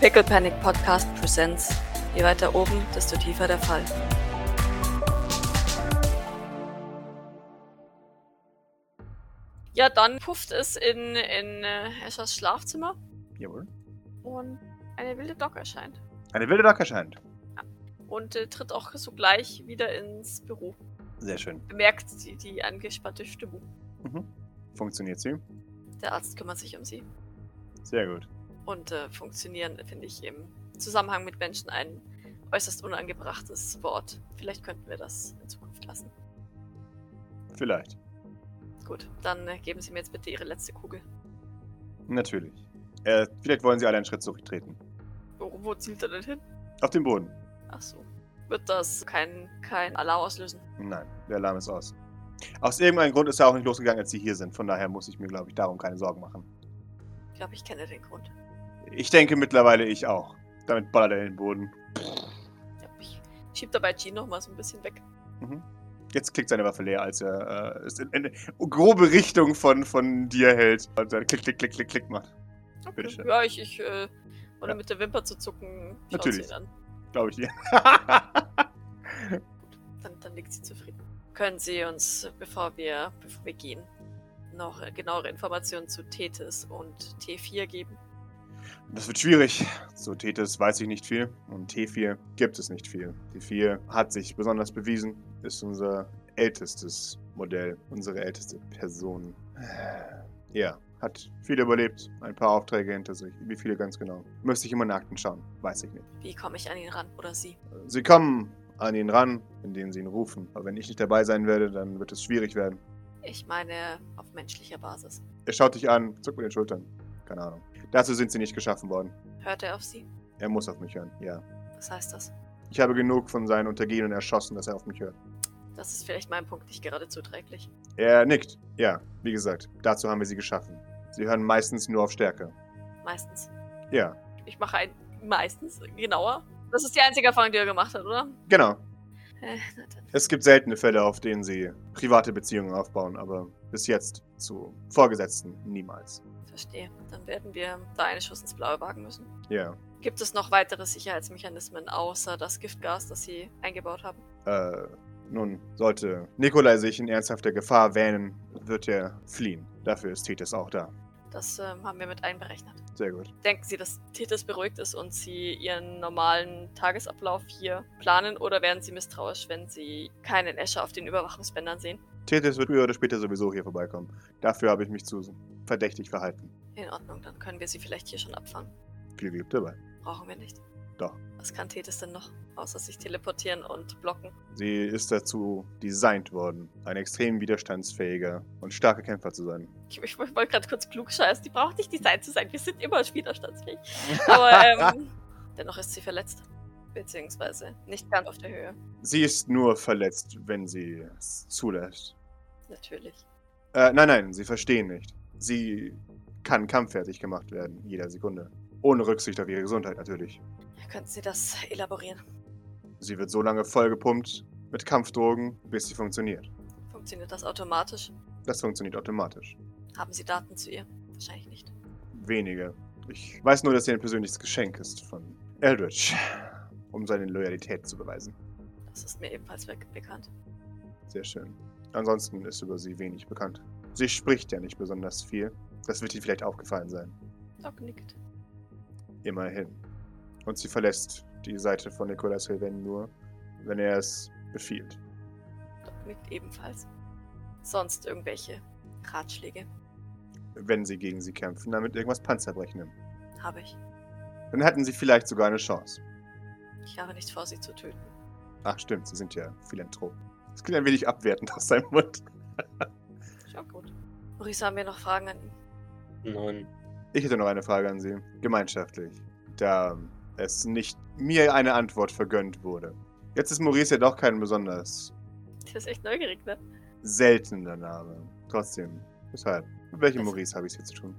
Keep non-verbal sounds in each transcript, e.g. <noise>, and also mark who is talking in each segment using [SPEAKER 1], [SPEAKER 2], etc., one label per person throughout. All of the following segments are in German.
[SPEAKER 1] Pickle Panic Podcast presents. Je weiter oben, desto tiefer der Fall. Ja, dann pufft es in, in äh, Eschers Schlafzimmer
[SPEAKER 2] Jawohl.
[SPEAKER 1] und eine wilde Doc erscheint.
[SPEAKER 2] Eine wilde Doc erscheint.
[SPEAKER 1] Und äh, tritt auch sogleich wieder ins Büro.
[SPEAKER 2] Sehr schön.
[SPEAKER 1] Bemerkt die, die angespannte Stimmung.
[SPEAKER 2] Mhm. Funktioniert sie?
[SPEAKER 1] Der Arzt kümmert sich um sie.
[SPEAKER 2] Sehr gut.
[SPEAKER 1] und äh, funktionieren, finde ich im Zusammenhang mit Menschen ein äußerst unangebrachtes Wort. Vielleicht könnten wir das in Zukunft lassen.
[SPEAKER 2] Vielleicht.
[SPEAKER 1] Gut, dann äh, geben Sie mir jetzt bitte Ihre letzte Kugel.
[SPEAKER 2] Natürlich. Äh, vielleicht wollen sie alle einen Schritt zurücktreten.
[SPEAKER 1] Wo, wo zielt er denn hin?
[SPEAKER 2] Auf den Boden.
[SPEAKER 1] Ach so. Wird das kein, kein Alarm auslösen?
[SPEAKER 2] Nein, der Alarm ist aus. Aus irgendeinem Grund ist er auch nicht losgegangen, als sie hier sind. Von daher muss ich mir, glaube ich, darum keine Sorgen machen.
[SPEAKER 1] Ich glaube, ich kenne den Grund.
[SPEAKER 2] Ich denke mittlerweile ich auch. Damit ballert er in den Boden.
[SPEAKER 1] Ja, ich schieb dabei Jean noch mal so ein bisschen weg.
[SPEAKER 2] Mhm. Jetzt klickt seine Waffe leer, als er äh, es in eine grobe Richtung von, von dir hält. Und dann klick, klick, klick, klick, klick macht. Bitte schön.
[SPEAKER 1] Ja, ich, ich äh, ohne
[SPEAKER 2] Ja.
[SPEAKER 1] mit der Wimper zu zucken, schaut
[SPEAKER 2] Natürlich.
[SPEAKER 1] sie ihn an.
[SPEAKER 2] Glaube ich dir. <laughs>
[SPEAKER 1] Dann, dann liegt sie zufrieden. Können Sie uns, äh, bevor wir, bevor wir gehen, noch äh, genauere Informationen zu Tethys und T4 geben?
[SPEAKER 2] Das wird schwierig. Zu Tethys weiß ich nicht viel und T4 gibt es nicht viel. T4 hat sich besonders bewiesen, ist unser ältestes Modell, unsere älteste Person. Äh, Ja, hat viel überlebt, ein paar Aufträge hinter sich. Wie viele ganz genau? Müsste ich immer in Akten schauen, weiß ich nicht. Äh,
[SPEAKER 1] Wie komme ich an ihn ran oder sie?
[SPEAKER 2] Sie kommen an ihn ran, indem sie ihn rufen. Aber wenn ich nicht dabei sein werde, dann wird es schwierig werden.
[SPEAKER 1] Ich meine, auf menschlicher Basis.
[SPEAKER 2] Er schaut dich an, zuckt mit den Schultern. Keine Ahnung. Dazu sind sie nicht geschaffen worden.
[SPEAKER 1] Hört er auf sie?
[SPEAKER 2] Er muss auf mich hören, ja.
[SPEAKER 1] Was heißt das?
[SPEAKER 2] Ich habe genug von seinen Untergebenen erschossen, dass er auf mich hört.
[SPEAKER 1] Das ist vielleicht mein Punkt nicht gerade zuträglich.
[SPEAKER 2] Er nickt. Ja, wie gesagt, dazu haben wir sie geschaffen. Sie hören meistens nur auf Stärke.
[SPEAKER 1] Meistens.
[SPEAKER 2] Ja,
[SPEAKER 1] Ich mache ein meistens genauer. Das ist die einzige Erfahrung, die er gemacht hat, oder?
[SPEAKER 2] genau.
[SPEAKER 1] Äh, na dann.
[SPEAKER 2] Es gibt seltene Fälle, auf denen sie private Beziehungen aufbauen, aber bis jetzt zu Vorgesetzten niemals.
[SPEAKER 1] Verstehe. Dann werden wir da einen Schuss ins Blaue wagen müssen.
[SPEAKER 2] Ja,
[SPEAKER 1] Gibt es noch weitere Sicherheitsmechanismen außer das Giftgas, das Sie eingebaut haben?
[SPEAKER 2] äh, nun, sollte Nikolai sich in ernsthafter Gefahr wähnen, wird er fliehen. Dafür ist Tethys auch da.
[SPEAKER 1] Das ähm, haben wir mit einberechnet.
[SPEAKER 2] Sehr gut.
[SPEAKER 1] Denken Sie, dass Tethys beruhigt ist und Sie Ihren normalen Tagesablauf hier planen oder werden Sie misstrauisch, wenn Sie keinen Escher auf den Überwachungsbändern sehen?
[SPEAKER 2] Tethys wird früher oder später sowieso hier vorbeikommen. Dafür habe ich mich zu verdächtig verhalten.
[SPEAKER 1] In Ordnung, dann können wir Sie vielleicht hier schon abfangen.
[SPEAKER 2] Viel Glück dabei.
[SPEAKER 1] Brauchen wir nicht.
[SPEAKER 2] Doch.
[SPEAKER 1] Was kann Tethys denn noch, außer sich teleportieren und blocken?
[SPEAKER 2] Sie ist dazu designt worden, ein extrem widerstandsfähiger und starker Kämpfer zu sein.
[SPEAKER 1] Ich, ich wollte gerade kurz klug scheißen. Die braucht nicht designt zu sein. Wir sind immer widerstandsfähig. Aber ähm, dennoch ist sie verletzt. Beziehungsweise nicht ganz auf der Höhe.
[SPEAKER 2] Sie ist nur verletzt, wenn sie es zulässt.
[SPEAKER 1] Natürlich.
[SPEAKER 2] Äh, nein, nein, Sie verstehen nicht. Sie kann kampffertig gemacht werden, jeder Sekunde. Ohne Rücksicht auf ihre Gesundheit natürlich.
[SPEAKER 1] Könnten Sie das elaborieren?
[SPEAKER 2] Sie wird so lange vollgepumpt mit Kampfdrogen, bis sie funktioniert.
[SPEAKER 1] Funktioniert das automatisch?
[SPEAKER 2] Das funktioniert automatisch.
[SPEAKER 1] Haben Sie Daten zu ihr? Wahrscheinlich nicht.
[SPEAKER 2] Wenige. Ich weiß nur, dass sie ein persönliches Geschenk ist von Eldritch, um seine Loyalität zu beweisen.
[SPEAKER 1] Das ist mir ebenfalls be- bekannt.
[SPEAKER 2] Sehr schön. Ansonsten ist über sie wenig bekannt. Sie spricht ja nicht besonders viel. Das wird ihr vielleicht aufgefallen sein.
[SPEAKER 1] Doc nickt.
[SPEAKER 2] Immerhin. Und sie verlässt die Seite von Nicolas Reven nur, wenn er es befiehlt.
[SPEAKER 1] Doc nickt ebenfalls. Sonst irgendwelche Ratschläge
[SPEAKER 2] Wenn sie gegen sie kämpfen, damit irgendwas Panzerbrechenden.
[SPEAKER 1] habe ich.
[SPEAKER 2] Dann hätten sie vielleicht sogar eine Chance.
[SPEAKER 1] Ich habe nicht vor, sie zu töten.
[SPEAKER 2] Ach stimmt, sie sind ja Philanthrop. Das klingt ein wenig abwertend aus seinem Mund.
[SPEAKER 1] Schon gut. Maurice, haben wir noch Fragen an ihn?
[SPEAKER 3] Nein.
[SPEAKER 2] Ich hätte noch eine Frage an Sie. Gemeinschaftlich. Da es nicht mir eine Antwort vergönnt wurde. Jetzt ist Maurice ja doch kein besonders
[SPEAKER 1] Der ist echt neugierig, ne?
[SPEAKER 2] seltener Name. Trotzdem, weshalb? Mit welchem
[SPEAKER 1] Es-
[SPEAKER 2] Maurice habe ich es hier zu tun?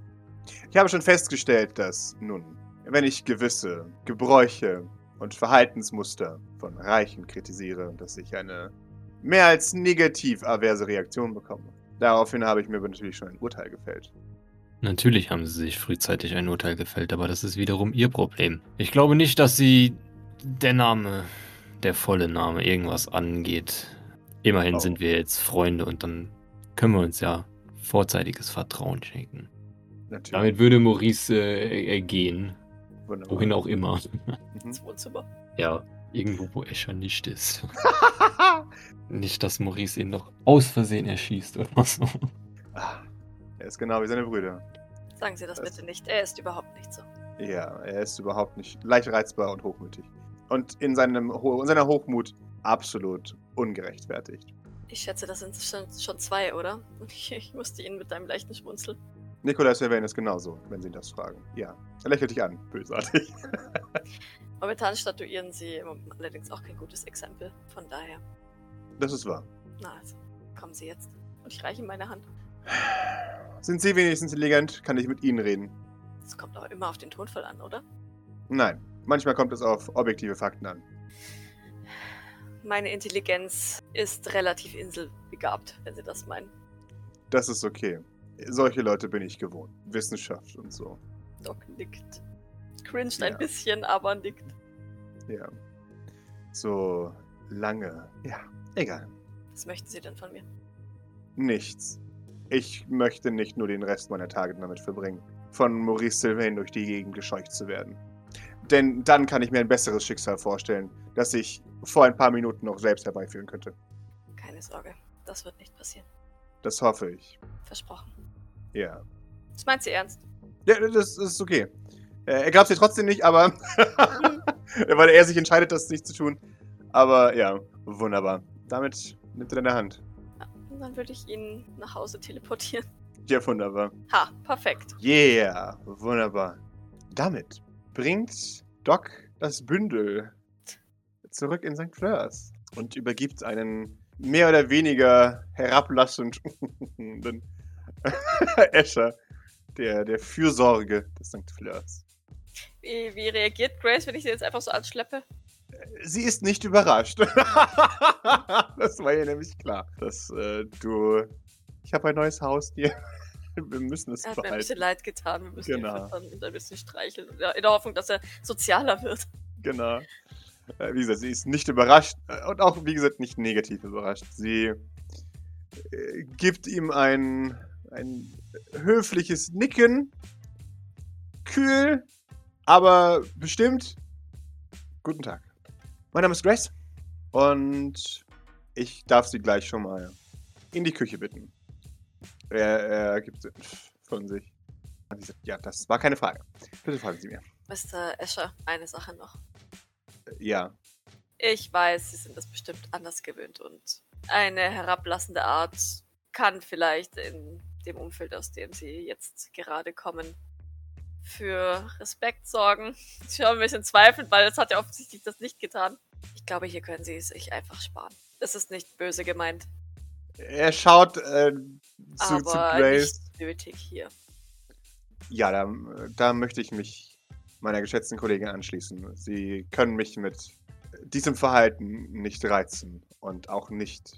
[SPEAKER 2] Ich habe schon festgestellt, dass, nun, wenn ich gewisse Gebräuche und Verhaltensmuster von Reichen kritisiere, dass ich eine mehr als negativ averse Reaktion bekomme. Daraufhin habe ich mir aber natürlich schon ein Urteil gefällt.
[SPEAKER 3] Natürlich haben sie sich frühzeitig ein Urteil gefällt, aber das ist wiederum ihr Problem. Ich glaube nicht, dass sie der Name, der volle Name, irgendwas angeht. Immerhin
[SPEAKER 2] Oh.
[SPEAKER 3] sind wir jetzt Freunde und dann können wir uns ja vorzeitiges Vertrauen schenken.
[SPEAKER 2] Natürlich.
[SPEAKER 3] Damit würde Maurice äh, er- ergehen,
[SPEAKER 2] Wunderbar.
[SPEAKER 3] wohin auch immer.
[SPEAKER 2] Mhm. <laughs>
[SPEAKER 1] ins Wohnzimmer.
[SPEAKER 3] <laughs> Ja, irgendwo, wo Escher nicht <laughs> ist. nicht, dass Maurice ihn noch aus Versehen erschießt oder so.
[SPEAKER 2] Ah, Er ist genau wie seine Brüder.
[SPEAKER 1] Sagen Sie das
[SPEAKER 2] Das-
[SPEAKER 1] bitte nicht. Er ist überhaupt nicht so.
[SPEAKER 2] Ja, er ist überhaupt nicht leicht reizbar und hochmütig. Und in, seinem, Ho- in seiner Hochmut absolut ungerechtfertigt.
[SPEAKER 1] Ich schätze, das sind schon, schon zwei, oder? <laughs> Ich, ich musste ihn mit einem leichten Schmunzeln.
[SPEAKER 2] Nikolaus Vervain ist genauso, wenn Sie ihn das fragen. Ja, er lächelt dich an, bösartig. <laughs>
[SPEAKER 1] Momentan statuieren Sie allerdings auch kein gutes Exempel. Von daher,
[SPEAKER 2] Das ist wahr.
[SPEAKER 1] na also, kommen Sie jetzt. Und ich reiche ihm meine Hand.
[SPEAKER 2] Sind Sie wenigstens intelligent, kann ich mit Ihnen reden.
[SPEAKER 1] Es kommt auch immer auf den Tonfall an, oder?
[SPEAKER 2] Nein, manchmal kommt es auf objektive Fakten an.
[SPEAKER 1] Meine Intelligenz ist relativ inselbegabt, wenn Sie das meinen.
[SPEAKER 2] Das ist okay. Solche Leute bin ich gewohnt. Wissenschaft und so.
[SPEAKER 1] Doc nickt. Cringed
[SPEAKER 2] Ja.
[SPEAKER 1] ein bisschen, aber nickt.
[SPEAKER 2] Ja. So lange. Ja, egal.
[SPEAKER 1] Was möchten Sie denn von mir?
[SPEAKER 2] Nichts. Ich möchte nicht nur den Rest meiner Tage damit verbringen, von Maurice Sylvain durch die Gegend gescheucht zu werden. Denn dann kann ich mir ein besseres Schicksal vorstellen, das ich vor ein paar Minuten noch selbst herbeiführen könnte.
[SPEAKER 1] Keine Sorge, das wird nicht passieren.
[SPEAKER 2] Das hoffe ich.
[SPEAKER 1] Versprochen.
[SPEAKER 2] Ja.
[SPEAKER 1] Das meint sie ernst.
[SPEAKER 2] Ja, das ist okay. Äh, Er glaubt dir trotzdem nicht, aber. <laughs> weil er sich entscheidet, das nicht zu tun. Aber ja, wunderbar. Damit nimmt er deine Hand.
[SPEAKER 1] Und dann würde ich ihn nach Hause teleportieren. <laughs>
[SPEAKER 2] Ja, wunderbar.
[SPEAKER 1] Ha, perfekt.
[SPEAKER 2] Yeah, wunderbar. Damit bringt Doc das Bündel zurück in St. Fleurs und übergibt einen mehr oder weniger herablassenden <laughs> Escher der, der Fürsorge des St. Fleurs.
[SPEAKER 1] Wie, wie reagiert Grace, wenn ich sie jetzt einfach so anschleppe?
[SPEAKER 2] Sie ist nicht überrascht. <laughs> das war ihr nämlich klar, dass äh, du. Ich habe ein neues Haus dir. <laughs> Wir müssen es
[SPEAKER 1] Er hat mir ein bisschen
[SPEAKER 2] behalten.
[SPEAKER 1] leid getan. Wir müssen
[SPEAKER 2] Genau.
[SPEAKER 1] ihn füttern und ein bisschen streicheln. Ja, in der Hoffnung, dass er sozialer wird.
[SPEAKER 2] Genau. Äh, Wie gesagt, sie ist nicht überrascht äh, und auch, wie gesagt, nicht negativ überrascht. Sie äh, gibt ihm ein, ein höfliches Nicken. Kühl, aber bestimmt. Guten Tag. Mein Name ist Grace und ich darf Sie gleich schon mal in die Küche bitten. Er, er gibt von sich. Und sie sagt, Ja, das war keine Frage. Bitte fragen Sie mir.
[SPEAKER 1] Mr. Escher, eine Sache noch.
[SPEAKER 2] Ja,
[SPEAKER 1] Ich weiß, Sie sind das bestimmt anders gewöhnt und eine herablassende Art kann vielleicht in dem Umfeld, aus dem Sie jetzt gerade kommen, für Respekt sorgen. <laughs> Ich schaue ein bisschen zweifelnd, weil es hat ja offensichtlich das nicht getan. Ich glaube, hier können Sie es sich einfach sparen. Es ist nicht böse gemeint,
[SPEAKER 2] Er schaut äh, zu, zu
[SPEAKER 1] aber
[SPEAKER 2] Grace.
[SPEAKER 1] nicht nötig hier.
[SPEAKER 2] Ja, da, da möchte ich mich meiner geschätzten Kollegin anschließen. Sie können mich mit diesem Verhalten nicht reizen und auch nicht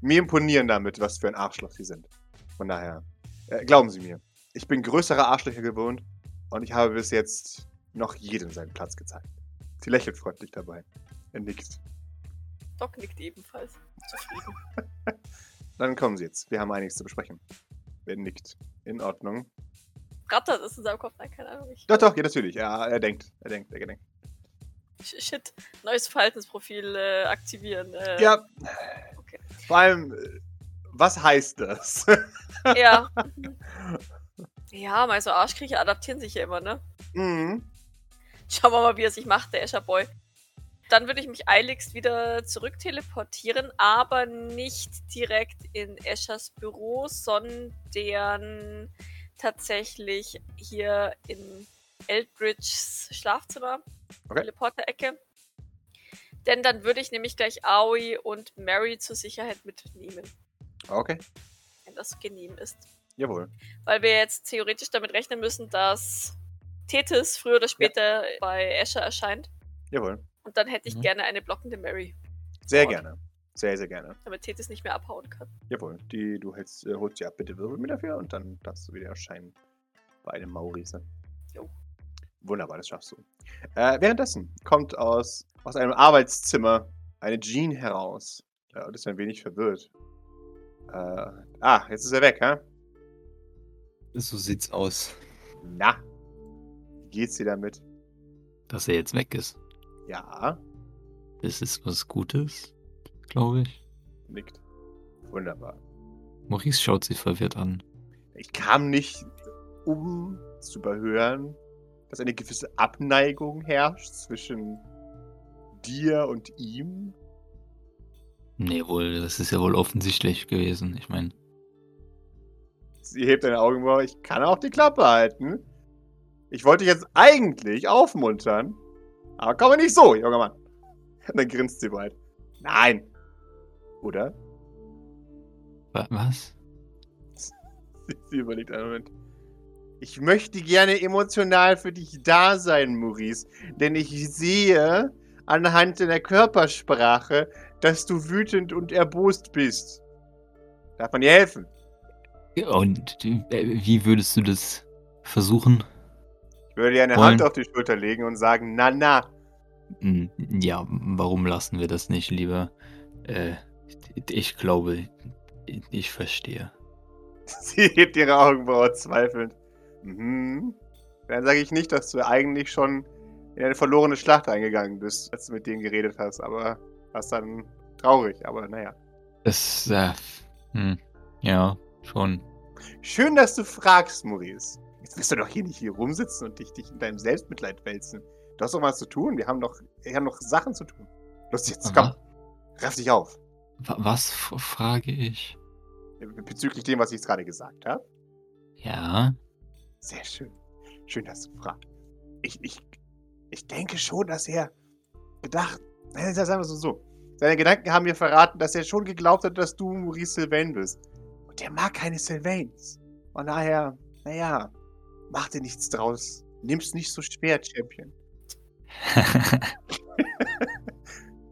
[SPEAKER 2] mir imponieren damit, was für ein Arschloch Sie sind. Von daher, äh, glauben Sie mir, ich bin größere Arschlöcher gewohnt und ich habe bis jetzt noch jedem seinen Platz gezeigt. Sie lächelt freundlich dabei. Er nickt.
[SPEAKER 1] Doc nickt ebenfalls. Zufrieden.
[SPEAKER 2] Dann kommen Sie jetzt. Wir haben einiges zu besprechen. Er nickt. In Ordnung.
[SPEAKER 1] Rattert ist in seinem Kopf, nein, keine Ahnung. Ich,
[SPEAKER 2] Doch, doch, ja, natürlich. Ja, er denkt. Er denkt, er denkt.
[SPEAKER 1] Sh- Shit, neues Verhaltensprofil äh, aktivieren. Äh,
[SPEAKER 2] Ja.
[SPEAKER 1] okay.
[SPEAKER 2] Vor allem, äh, was heißt das? <laughs>
[SPEAKER 1] Ja. ja, mal so Arschkriecher adaptieren sich ja immer, ne?
[SPEAKER 2] mhm.
[SPEAKER 1] Schauen wir mal, wie er sich macht, der Escher Boy. Dann würde ich mich eiligst wieder zurückteleportieren, aber nicht direkt in Eschers Büro, sondern tatsächlich hier in Eldridges Schlafzimmer,
[SPEAKER 2] Okay.
[SPEAKER 1] Teleporterecke. Denn dann würde ich nämlich gleich Aoi und Mary zur Sicherheit mitnehmen,
[SPEAKER 2] Okay,
[SPEAKER 1] wenn das genehm ist.
[SPEAKER 2] jawohl.
[SPEAKER 1] weil wir jetzt theoretisch damit rechnen müssen, dass Tethys früher oder später bei Escher erscheint.
[SPEAKER 2] Jawohl.
[SPEAKER 1] Und dann hätte ich
[SPEAKER 3] Mhm.
[SPEAKER 1] gerne eine blockende Mary,
[SPEAKER 2] Sehr
[SPEAKER 1] Gut.
[SPEAKER 2] gerne. Sehr, sehr gerne.
[SPEAKER 1] damit Tethys nicht mehr abhauen kann.
[SPEAKER 2] Jawohl. Die, du hältst, äh, holst ja bitte Wirbel mit dafür und dann darfst du wieder erscheinen. Beide Maurice.
[SPEAKER 1] Jo.
[SPEAKER 2] Wunderbar, das schaffst du. Äh, währenddessen kommt aus, aus einem Arbeitszimmer eine Jean heraus. Ja, und ist ein wenig verwirrt. Äh, ah, jetzt ist er weg, hä?
[SPEAKER 4] So sieht's aus.
[SPEAKER 2] Na. Wie geht's dir damit?
[SPEAKER 3] Dass er jetzt weg ist.
[SPEAKER 2] Ja,
[SPEAKER 3] Das ist was Gutes, glaube ich.
[SPEAKER 2] nickt. Wunderbar.
[SPEAKER 3] Maurice schaut sie verwirrt an.
[SPEAKER 2] Ich kam nicht um zu überhören, dass eine gewisse Abneigung herrscht zwischen dir und ihm.
[SPEAKER 3] Nee, wohl, das ist ja wohl offensichtlich gewesen. Ich meine,
[SPEAKER 2] Sie hebt eine Augenbraue. Ich kann auch die Klappe halten. Ich wollte dich jetzt eigentlich aufmuntern. Aber komme nicht so, junger Mann. <laughs> Und dann grinst sie breit. Nein. Oder?
[SPEAKER 3] wa was?
[SPEAKER 2] Sie- <laughs> Sie überlegt einen Moment. Ich möchte gerne emotional für dich da sein, Maurice, denn ich sehe anhand deiner Körpersprache, dass du wütend und erbost bist. Darf man dir helfen?
[SPEAKER 3] Und äh, wie würdest du das versuchen?
[SPEAKER 2] Ich würde dir eine
[SPEAKER 3] Wollen.
[SPEAKER 2] Hand auf die Schulter legen und sagen, na na, <laughs>
[SPEAKER 3] Hm, Ja, warum lassen wir das nicht lieber? Äh, ich glaube, ich verstehe.
[SPEAKER 2] Sie hebt ihre Augenbraue zweifelnd. Mhm. Dann sage ich nicht, dass du eigentlich schon in eine verlorene Schlacht eingegangen bist, als du mit denen geredet hast, aber warst dann traurig, aber naja.
[SPEAKER 3] Das, äh, hm, ja, schon.
[SPEAKER 2] Schön, dass du fragst, Maurice. Jetzt wirst du doch hier nicht hier rumsitzen und dich, dich in deinem Selbstmitleid wälzen. Du hast doch was zu tun. Wir haben doch, wir haben noch Sachen zu tun. Los jetzt, komm,
[SPEAKER 3] Wa-
[SPEAKER 2] raff dich auf. Äh,
[SPEAKER 3] wa- was f- frage ich?
[SPEAKER 2] Bezüglich dem, was ich jetzt gerade gesagt habe.
[SPEAKER 3] Ja,
[SPEAKER 2] Sehr schön. Schön, dass du fragst. Ich, ich, ich denke schon, dass er gedacht. Nein, sagen wir es so. Seine Gedanken haben mir verraten, dass er schon geglaubt hat, dass du Maurice Sylvain bist. Und er mag keine Sylvains. Von daher, naja, mach dir nichts draus. Nimm's nicht so schwer, Champion.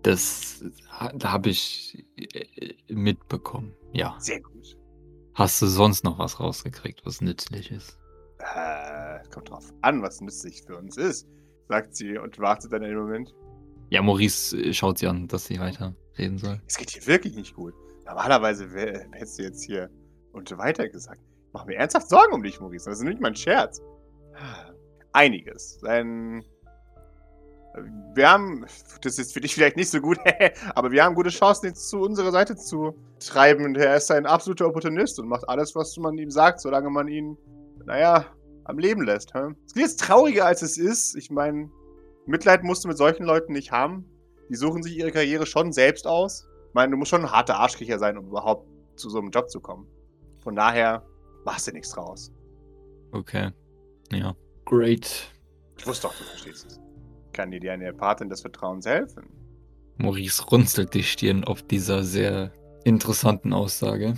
[SPEAKER 3] das habe ich äh, mitbekommen, ja.
[SPEAKER 2] Sehr gut.
[SPEAKER 3] Hast du sonst noch was rausgekriegt, was nützlich ist?
[SPEAKER 2] Äh, kommt drauf an, was nützlich für uns ist, sagt sie und wartet dann einen Moment.
[SPEAKER 3] Ja, Maurice äh, schaut sie an, dass sie weiter reden soll.
[SPEAKER 2] Es geht hier wirklich nicht gut. Normalerweise wär- hättest du jetzt hier und so weiter gesagt. Ich mache mir ernsthaft Sorgen um dich, Maurice. Das ist nicht mein Scherz. Einiges. Ein. Wir haben. Das ist für dich vielleicht nicht so gut, <laughs> aber wir haben gute Chancen, ihn zu unserer Seite zu treiben. Und er ist ein absoluter Opportunist und macht alles, was man ihm sagt, solange man ihn, naja, am Leben lässt. hä? Es klingt jetzt trauriger, als es ist. Ich meine, Mitleid musst du mit solchen Leuten nicht haben. Die suchen sich ihre Karriere schon selbst aus. Ich meine, du musst schon ein harter Arschkriecher sein, um überhaupt zu so einem Job zu kommen. Von daher machst du nichts draus.
[SPEAKER 3] Okay, ja. Great.
[SPEAKER 2] Ich wusste doch, du verstehst es. Kann dir deine Patin des Vertrauens helfen?
[SPEAKER 3] Maurice runzelt die Stirn auf dieser sehr interessanten Aussage.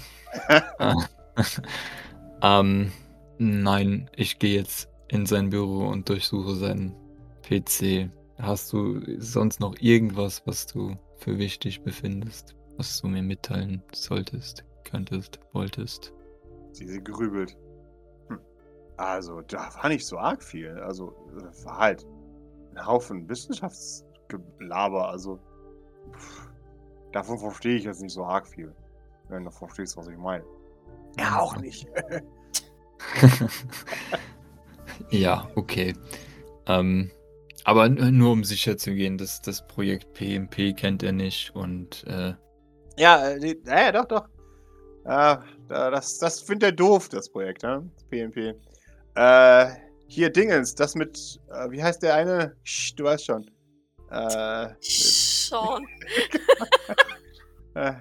[SPEAKER 3] ähm, nein, ich gehe jetzt in sein Büro und durchsuche seinen PC. Hast du sonst noch irgendwas, was du für wichtig befindest, was du mir mitteilen solltest, könntest, wolltest?
[SPEAKER 2] Sie, sie grübelt. Hm. Also, da war nicht so arg viel. Also, äh, war halt ein Haufen Wissenschaftsgelaber. Also, pff, davon verstehe ich jetzt nicht so arg viel. Wenn du verstehst, was ich meine. Ja, auch <laughs> nicht.
[SPEAKER 3] ja, okay. Ähm, aber n- nur um sicher zu gehen, dass das Projekt PMP kennt er nicht und äh,
[SPEAKER 2] Ja, äh, die, ja, ja, doch, doch. Äh, da- das das findet er doof, das Projekt, ne? Das PMP. Äh, hier Dingens, das mit, äh, wie heißt der eine? Sch, du weißt schon. Äh, <laughs>
[SPEAKER 1] Schon.
[SPEAKER 2] äh,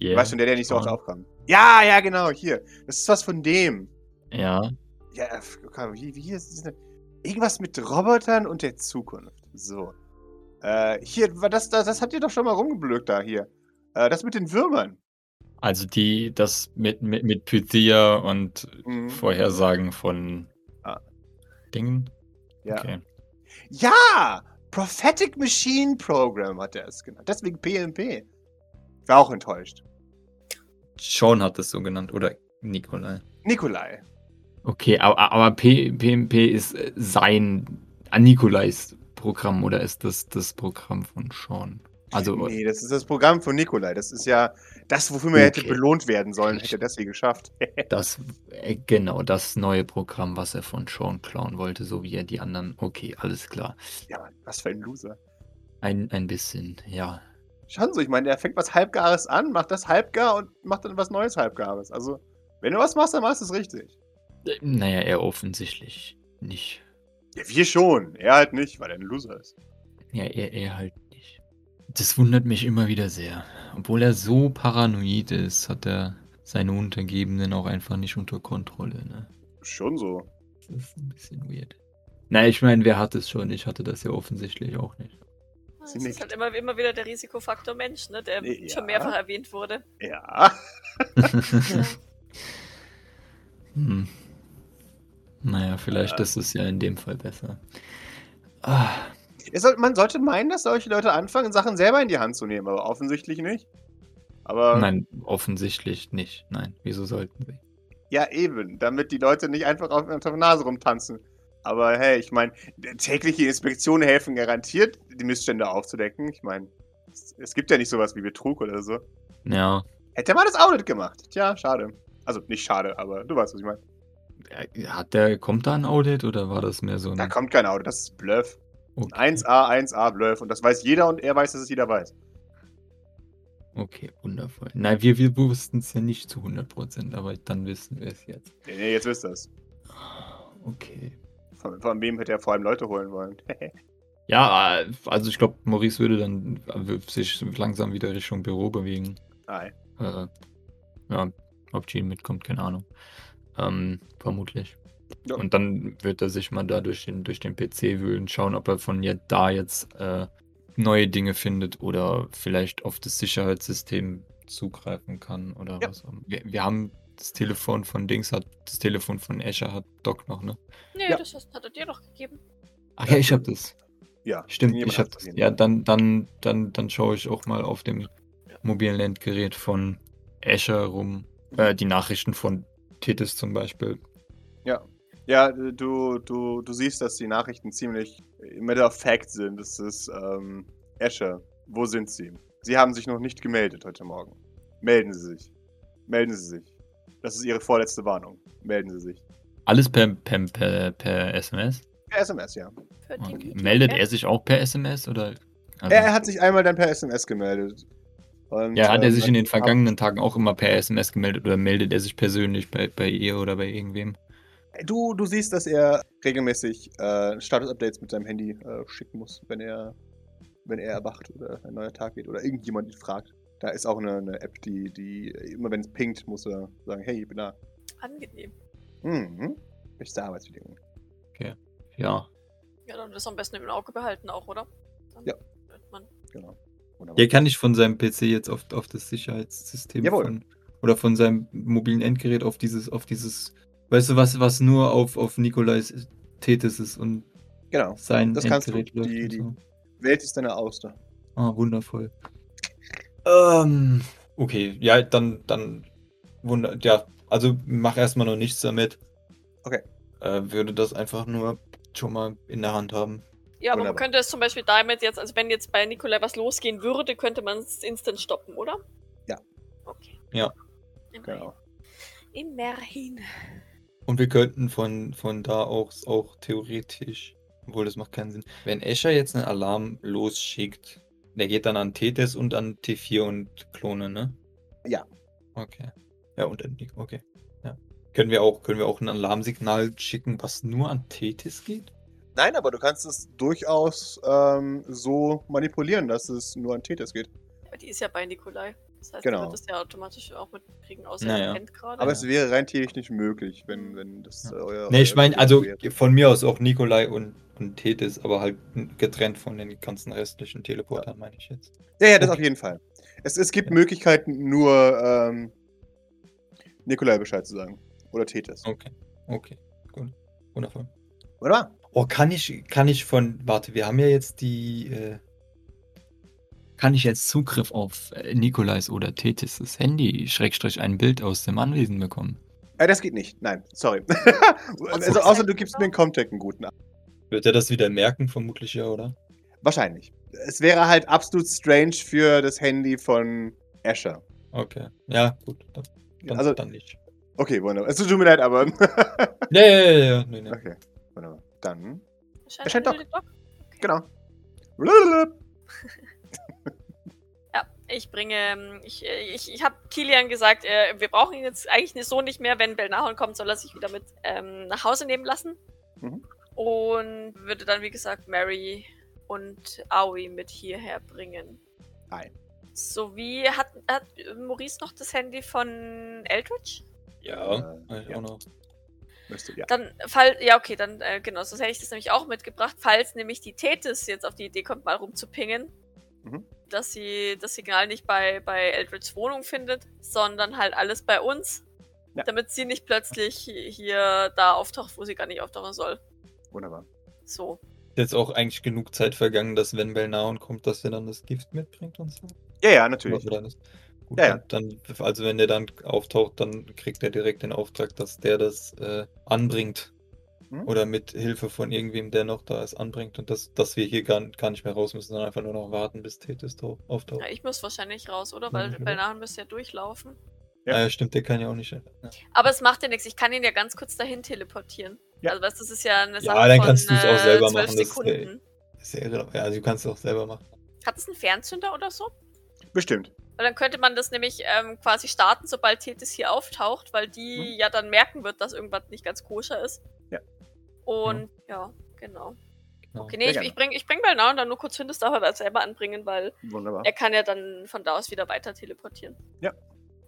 [SPEAKER 2] Du
[SPEAKER 3] yeah.
[SPEAKER 2] weißt schon, der, der nicht so oft
[SPEAKER 3] schon.
[SPEAKER 2] aufkam. Ja, ja, genau, hier. Das ist was von dem.
[SPEAKER 3] ja,
[SPEAKER 2] Ja, äh, okay, wie, wie ist das denn? Irgendwas mit Robotern und der Zukunft. So. Äh, hier, war das, das, das habt ihr doch schon mal rumgeblökt da hier. Äh, das mit den Würmern.
[SPEAKER 3] also die, das mit, mit, mit Pythia und
[SPEAKER 2] Mhm.
[SPEAKER 3] Vorhersagen von
[SPEAKER 2] Ah.
[SPEAKER 3] Dingen.
[SPEAKER 2] Ja.
[SPEAKER 3] Okay.
[SPEAKER 2] Ja! Prophetic Machine Program hat er es genannt. Deswegen PMP. Ich war auch enttäuscht.
[SPEAKER 3] Sean hat das so genannt, oder Nikolai.
[SPEAKER 2] Nikolai.
[SPEAKER 3] Okay, aber, aber P, PMP ist äh, sein äh, Nikolais Programm oder ist das das Programm von Sean? Also,
[SPEAKER 2] Nee, das ist das Programm von Nikolai. Das ist ja das, wofür man hätte
[SPEAKER 3] Okay.
[SPEAKER 2] belohnt werden sollen, hätte er das hier geschafft. <laughs>
[SPEAKER 3] Das, äh, genau, das neue Programm, was er von Sean klauen wollte, so wie er die anderen. Okay, alles klar.
[SPEAKER 2] ja, Mann, was für ein Loser.
[SPEAKER 3] Ein, ein bisschen, ja.
[SPEAKER 2] Schon so, ich meine, er fängt was Halbgares an, macht das halbgar und macht dann was Neues Halbgares. Also, wenn du was machst, dann machst du es richtig.
[SPEAKER 3] Äh, Naja, er offensichtlich nicht.
[SPEAKER 2] Ja, wir schon. Er halt nicht, weil er ein Loser ist.
[SPEAKER 3] Ja, er, er halt nicht. Das wundert mich immer wieder sehr. Obwohl er so paranoid ist, hat er seine Untergebenen auch einfach nicht unter Kontrolle, ne?
[SPEAKER 2] Schon so.
[SPEAKER 3] Das ist ein bisschen weird. Na, ich meine, wer hat es schon? Ich hatte das ja offensichtlich auch nicht.
[SPEAKER 1] Es
[SPEAKER 2] Sie
[SPEAKER 1] ist
[SPEAKER 2] nickt.
[SPEAKER 1] halt immer, immer wieder der Risikofaktor Mensch, ne, der
[SPEAKER 2] Ja.
[SPEAKER 1] schon mehrfach erwähnt
[SPEAKER 2] <laughs>
[SPEAKER 1] wurde.
[SPEAKER 2] Ja.
[SPEAKER 3] Hm. Naja, vielleicht
[SPEAKER 2] Äh.
[SPEAKER 3] ist es ja in dem Fall besser. Ah,
[SPEAKER 2] Es soll, man sollte meinen, dass solche Leute anfangen, Sachen selber in die Hand zu nehmen, aber offensichtlich nicht. Aber
[SPEAKER 3] nein, offensichtlich nicht. Nein, wieso sollten sie?
[SPEAKER 2] ja, eben, damit die Leute nicht einfach auf, auf der Nase rumtanzen. Aber hey, ich meine, tägliche Inspektionen helfen garantiert, die Missstände aufzudecken. Ich meine, es, es gibt ja nicht sowas wie Betrug oder so.
[SPEAKER 3] Ja,
[SPEAKER 2] Hätte man das Audit gemacht. Tja, schade. Also nicht schade, aber du weißt, was ich meine.
[SPEAKER 3] äh, hat der, kommt da ein Audit oder war das mehr so ein.
[SPEAKER 2] Da kommt kein Audit, das ist Bluff.
[SPEAKER 3] okay.
[SPEAKER 2] 1A, 1A Bluff. Und das weiß jeder und er weiß, dass es jeder weiß.
[SPEAKER 3] Okay, wundervoll. Nein, wir, wir wussten es ja nicht zu 100%, aber dann wissen wir es jetzt.
[SPEAKER 2] Nee, nee, jetzt wisst ihr es.
[SPEAKER 3] Okay.
[SPEAKER 2] Von, von wem hätte er vor allem Leute holen wollen? <laughs>
[SPEAKER 3] Ja, äh, also ich glaube, Maurice würde dann äh, sich langsam wieder Richtung Büro bewegen.
[SPEAKER 2] Nein.
[SPEAKER 3] Äh, ja, ob Jean mitkommt, keine Ahnung. Ähm, vermutlich.
[SPEAKER 2] Ja.
[SPEAKER 3] Und dann wird er sich mal da durch den, durch den PC wühlen, schauen, ob er von jetzt da jetzt äh, neue Dinge findet oder vielleicht auf das Sicherheitssystem zugreifen kann oder
[SPEAKER 2] Ja.
[SPEAKER 3] was. auch immer. Wir, wir haben das Telefon von Dings hat, das Telefon von Escher hat Doc noch, ne?
[SPEAKER 1] Nee,
[SPEAKER 2] Ja.
[SPEAKER 1] das hast, hat er dir doch gegeben.
[SPEAKER 3] Ach ja, ich hab das.
[SPEAKER 2] Ja,
[SPEAKER 3] Stimmt,
[SPEAKER 2] jemand
[SPEAKER 3] ich hab
[SPEAKER 2] hat's
[SPEAKER 3] das.
[SPEAKER 2] gesehen.
[SPEAKER 3] Ja, dann, dann, dann, dann schaue ich auch mal auf dem mobilen Endgerät von Escher rum. Äh, die Nachrichten von Titus zum Beispiel.
[SPEAKER 2] Ja, du, du, du siehst, dass die Nachrichten ziemlich äh, matter of fact sind. Es ist, ähm, Escher, wo sind sie? Sie haben sich noch nicht gemeldet heute Morgen. Melden Sie sich. Melden Sie sich. Das ist Ihre vorletzte Warnung. Melden Sie sich.
[SPEAKER 3] Alles per, per, per, per SMS?
[SPEAKER 2] Per SMS, ja.
[SPEAKER 1] Für die
[SPEAKER 3] Okay.
[SPEAKER 1] Meeting,
[SPEAKER 3] Meldet
[SPEAKER 1] gell?
[SPEAKER 3] er sich auch per SMS oder? Also,
[SPEAKER 2] Er, er hat sich einmal dann per SMS gemeldet. Und,
[SPEAKER 3] ja, hat er
[SPEAKER 2] ähm,
[SPEAKER 3] sich in den
[SPEAKER 2] ab-
[SPEAKER 3] vergangenen Tagen auch immer per SMS gemeldet oder meldet er sich persönlich bei, bei ihr oder bei irgendwem?
[SPEAKER 2] Du, du siehst, dass er regelmäßig äh, Status-Updates mit seinem Handy äh, schicken muss, wenn er, wenn er erwacht oder ein neuer Tag geht oder irgendjemand ihn fragt. Da ist auch eine, eine App, die, die immer wenn es pingt, muss er sagen, hey, ich bin da.
[SPEAKER 1] Angenehm.
[SPEAKER 2] Mhm. Beste Arbeitsbedingungen.
[SPEAKER 3] Ja.
[SPEAKER 1] Ja, dann das am besten im Auge behalten auch, oder? Dann
[SPEAKER 2] Ja.
[SPEAKER 1] wird Man.
[SPEAKER 2] Genau. Wunderbar.
[SPEAKER 3] Der kann nicht von seinem PC jetzt auf, auf das Sicherheitssystem
[SPEAKER 2] Jawohl.
[SPEAKER 3] Von, oder von seinem mobilen Endgerät auf dieses, auf dieses, weißt du, was, was nur auf, auf Nikolais Tethys ist und
[SPEAKER 2] Genau.
[SPEAKER 3] sein
[SPEAKER 2] Das kannst du.
[SPEAKER 3] Endgerät läuft.
[SPEAKER 2] Die-
[SPEAKER 3] und
[SPEAKER 2] die-
[SPEAKER 3] so.
[SPEAKER 2] Welt ist deine Auster.
[SPEAKER 3] Ah, wundervoll. Ähm, okay, ja, dann, dann, wunder, ja, also mach erstmal noch nichts damit.
[SPEAKER 2] Okay.
[SPEAKER 3] Äh, würde das einfach nur schon mal in der Hand haben.
[SPEAKER 1] Ja, aber man
[SPEAKER 2] Wunderbar.
[SPEAKER 1] könnte es zum Beispiel damit jetzt, also wenn jetzt bei Nikolai was losgehen würde, könnte man es instant stoppen, oder?
[SPEAKER 2] Ja.
[SPEAKER 1] Okay.
[SPEAKER 3] Ja.
[SPEAKER 1] Immerhin.
[SPEAKER 2] Genau.
[SPEAKER 1] Immerhin.
[SPEAKER 3] Und wir könnten von, von da aus auch theoretisch, obwohl das macht keinen Sinn, wenn Escher jetzt einen Alarm losschickt, der geht dann an Tethys und an T4 und Klone, ne?
[SPEAKER 2] Ja.
[SPEAKER 3] Okay. Ja, und an Nick, okay. Ja. Können wir auch, können wir auch ein Alarmsignal schicken, was nur an Tethys geht?
[SPEAKER 2] Äh, Nein, aber du kannst es durchaus ähm, so manipulieren, dass es nur an Tethys geht.
[SPEAKER 1] Aber die ist ja bei Nikolai. Das heißt,
[SPEAKER 2] Genau.
[SPEAKER 1] die wird das ja automatisch auch mitkriegen, außer
[SPEAKER 3] Naja.
[SPEAKER 1] er pennt gerade.
[SPEAKER 2] Aber es wäre rein theoretisch nicht möglich, wenn, wenn das
[SPEAKER 3] Ja.
[SPEAKER 2] äh, euer.
[SPEAKER 3] Ne, ich meine,
[SPEAKER 2] euer
[SPEAKER 3] also
[SPEAKER 2] wäre.
[SPEAKER 3] von mir aus auch Nikolai und, und Tethys, aber halt getrennt von den ganzen restlichen Teleportern, meine ich jetzt.
[SPEAKER 2] Ja, ja, das
[SPEAKER 3] Okay.
[SPEAKER 2] auf jeden Fall. Es, es gibt Möglichkeiten, nur ähm, Nikolai Bescheid zu sagen. Oder Tethys.
[SPEAKER 3] Okay. Okay. Gut. Wundervoll.
[SPEAKER 2] Wunderbar.
[SPEAKER 3] Oh, kann ich, kann ich von, warte, wir haben ja jetzt die, äh, kann ich jetzt Zugriff auf äh, Nikolais oder Tethys Handy, Schrägstrich ein Bild aus dem Anwesen bekommen?
[SPEAKER 2] Äh, das geht nicht. Nein, sorry. <laughs> also,
[SPEAKER 1] Trotzdem.
[SPEAKER 2] außer du gibst mir einen Comtech einen guten.
[SPEAKER 4] Wird er das wieder merken, vermutlich ja, oder?
[SPEAKER 2] Wahrscheinlich. Es wäre halt absolut strange für das Handy von Asher.
[SPEAKER 4] Okay. Ja, gut. Dann, dann,
[SPEAKER 2] Also,
[SPEAKER 4] dann nicht.
[SPEAKER 2] okay, wunderbar. Es tut mir leid, aber. <laughs>
[SPEAKER 4] Ja, ja, ja, ja. Nee, nee.
[SPEAKER 2] okay, wunderbar. Dann,
[SPEAKER 1] Erscheint
[SPEAKER 2] Erscheint
[SPEAKER 1] der Doc. Okay.
[SPEAKER 2] genau. Blablabla.
[SPEAKER 1] Ja, ich bringe, ähm, ich, äh, ich, ich habe Kilian gesagt, äh, wir brauchen ihn jetzt eigentlich nicht- so nicht mehr. Wenn Belnahon kommt, soll er sich wieder mit ähm, nach Hause nehmen lassen.
[SPEAKER 2] Mhm.
[SPEAKER 1] Und würde dann, wie gesagt, Mary und Aoi mit hierher bringen.
[SPEAKER 2] Hi.
[SPEAKER 1] Sowie, hat, hat Maurice noch das Handy von Eldritch?
[SPEAKER 4] Ja,
[SPEAKER 2] Äh,
[SPEAKER 4] eigentlich
[SPEAKER 2] ja.
[SPEAKER 4] auch noch.
[SPEAKER 2] Müsste, ja.
[SPEAKER 1] Dann, fall, ja, okay, dann, äh, genau, sonst hätte ich das nämlich auch mitgebracht, falls nämlich die Tethys jetzt auf die Idee kommt, mal rumzupingen,
[SPEAKER 2] Mhm.
[SPEAKER 1] dass sie das Signal nicht bei, bei Eldritchs Wohnung findet, sondern halt alles bei uns,
[SPEAKER 2] Ja.
[SPEAKER 1] damit sie nicht plötzlich hi- hier da auftaucht, wo sie gar nicht auftauchen soll.
[SPEAKER 2] Wunderbar.
[SPEAKER 1] So.
[SPEAKER 4] Ist jetzt auch eigentlich genug Zeit vergangen, dass wenn Belnaon kommt, dass er dann das Gift mitbringt und so.
[SPEAKER 2] Ja, ja, natürlich.
[SPEAKER 4] Also dann ist- Gut,
[SPEAKER 2] Ja, ja.
[SPEAKER 4] Dann, dann- also wenn der dann auftaucht, dann kriegt er direkt den Auftrag, dass der das äh, anbringt.
[SPEAKER 2] Mhm.
[SPEAKER 4] Oder mit Hilfe von irgendwem, der noch da ist, anbringt und dass, dass wir hier gar, gar nicht mehr raus müssen, sondern einfach nur noch warten, bis Tethys tau- auftaucht.
[SPEAKER 2] Oh.
[SPEAKER 1] Ja, ich muss wahrscheinlich raus, oder? Weil
[SPEAKER 4] Mhm.
[SPEAKER 1] Belnahan müsste ja durchlaufen.
[SPEAKER 2] Ja.
[SPEAKER 4] Ah, ja, stimmt, der kann ja auch nicht. Ja,
[SPEAKER 1] Aber es macht ja nichts, ich kann ihn ja ganz kurz dahin teleportieren.
[SPEAKER 2] Ja.
[SPEAKER 1] Also, weißt, du, das ist ja eine
[SPEAKER 4] Ja,
[SPEAKER 1] Sache
[SPEAKER 4] dann
[SPEAKER 1] von
[SPEAKER 4] kannst du's auch
[SPEAKER 1] äh,
[SPEAKER 4] selber
[SPEAKER 1] 12
[SPEAKER 4] machen, das ist, äh,
[SPEAKER 1] Sekunden.
[SPEAKER 4] ist ja, irre- ja, also du kannst es auch selber machen.
[SPEAKER 1] Hat es einen Fernzünder oder so?
[SPEAKER 2] Bestimmt.
[SPEAKER 1] Weil dann könnte man das nämlich ähm, quasi starten, sobald Tethys hier auftaucht, weil die ja dann merken wird, dass irgendwas nicht ganz koscher ist.
[SPEAKER 2] Mhm. Ja.
[SPEAKER 1] Und ja, genau.
[SPEAKER 4] Genau.
[SPEAKER 1] Okay, nee, ich,
[SPEAKER 2] gerne.
[SPEAKER 1] ich bring, ich bring Belnau dann nur kurz hin, das darf er dann selber anbringen, weil
[SPEAKER 2] Wunderbar.
[SPEAKER 1] er kann ja dann von da aus wieder weiter teleportieren.
[SPEAKER 2] Ja.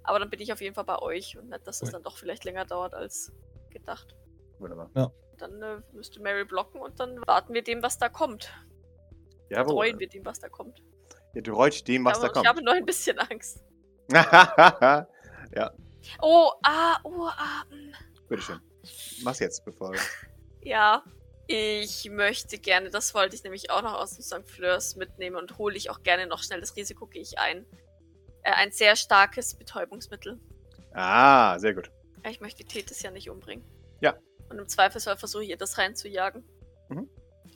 [SPEAKER 1] Aber dann bin ich auf jeden Fall bei euch und nicht, dass es
[SPEAKER 4] Cool.
[SPEAKER 1] dann doch vielleicht länger dauert als gedacht.
[SPEAKER 2] Wunderbar.
[SPEAKER 1] Dann äh, müsste Mary blocken und dann warten wir dem, was da kommt. Treuen
[SPEAKER 2] Jawohl.
[SPEAKER 1] wir dem, was da kommt.
[SPEAKER 2] Ihr treut dem, Oh. was
[SPEAKER 1] Aber
[SPEAKER 2] da
[SPEAKER 1] ich habe
[SPEAKER 2] kommt.
[SPEAKER 1] noch ein bisschen Angst.
[SPEAKER 2] <laughs>
[SPEAKER 1] Oh, ah, oh, ah. mm.
[SPEAKER 2] Bitteschön. Mach's jetzt, bevor.
[SPEAKER 1] Ja, ich möchte gerne, das wollte ich nämlich auch noch aus dem St. Fleurs mitnehmen und hole ich auch gerne noch schnell, das Risiko gehe ich ein. Äh, ein sehr starkes Betäubungsmittel.
[SPEAKER 2] Ah, sehr gut.
[SPEAKER 1] Ich möchte Tethys ja nicht umbringen.
[SPEAKER 2] Ja.
[SPEAKER 1] Und im Zweifelsfall versuche ich ihr das reinzujagen.
[SPEAKER 2] Mhm.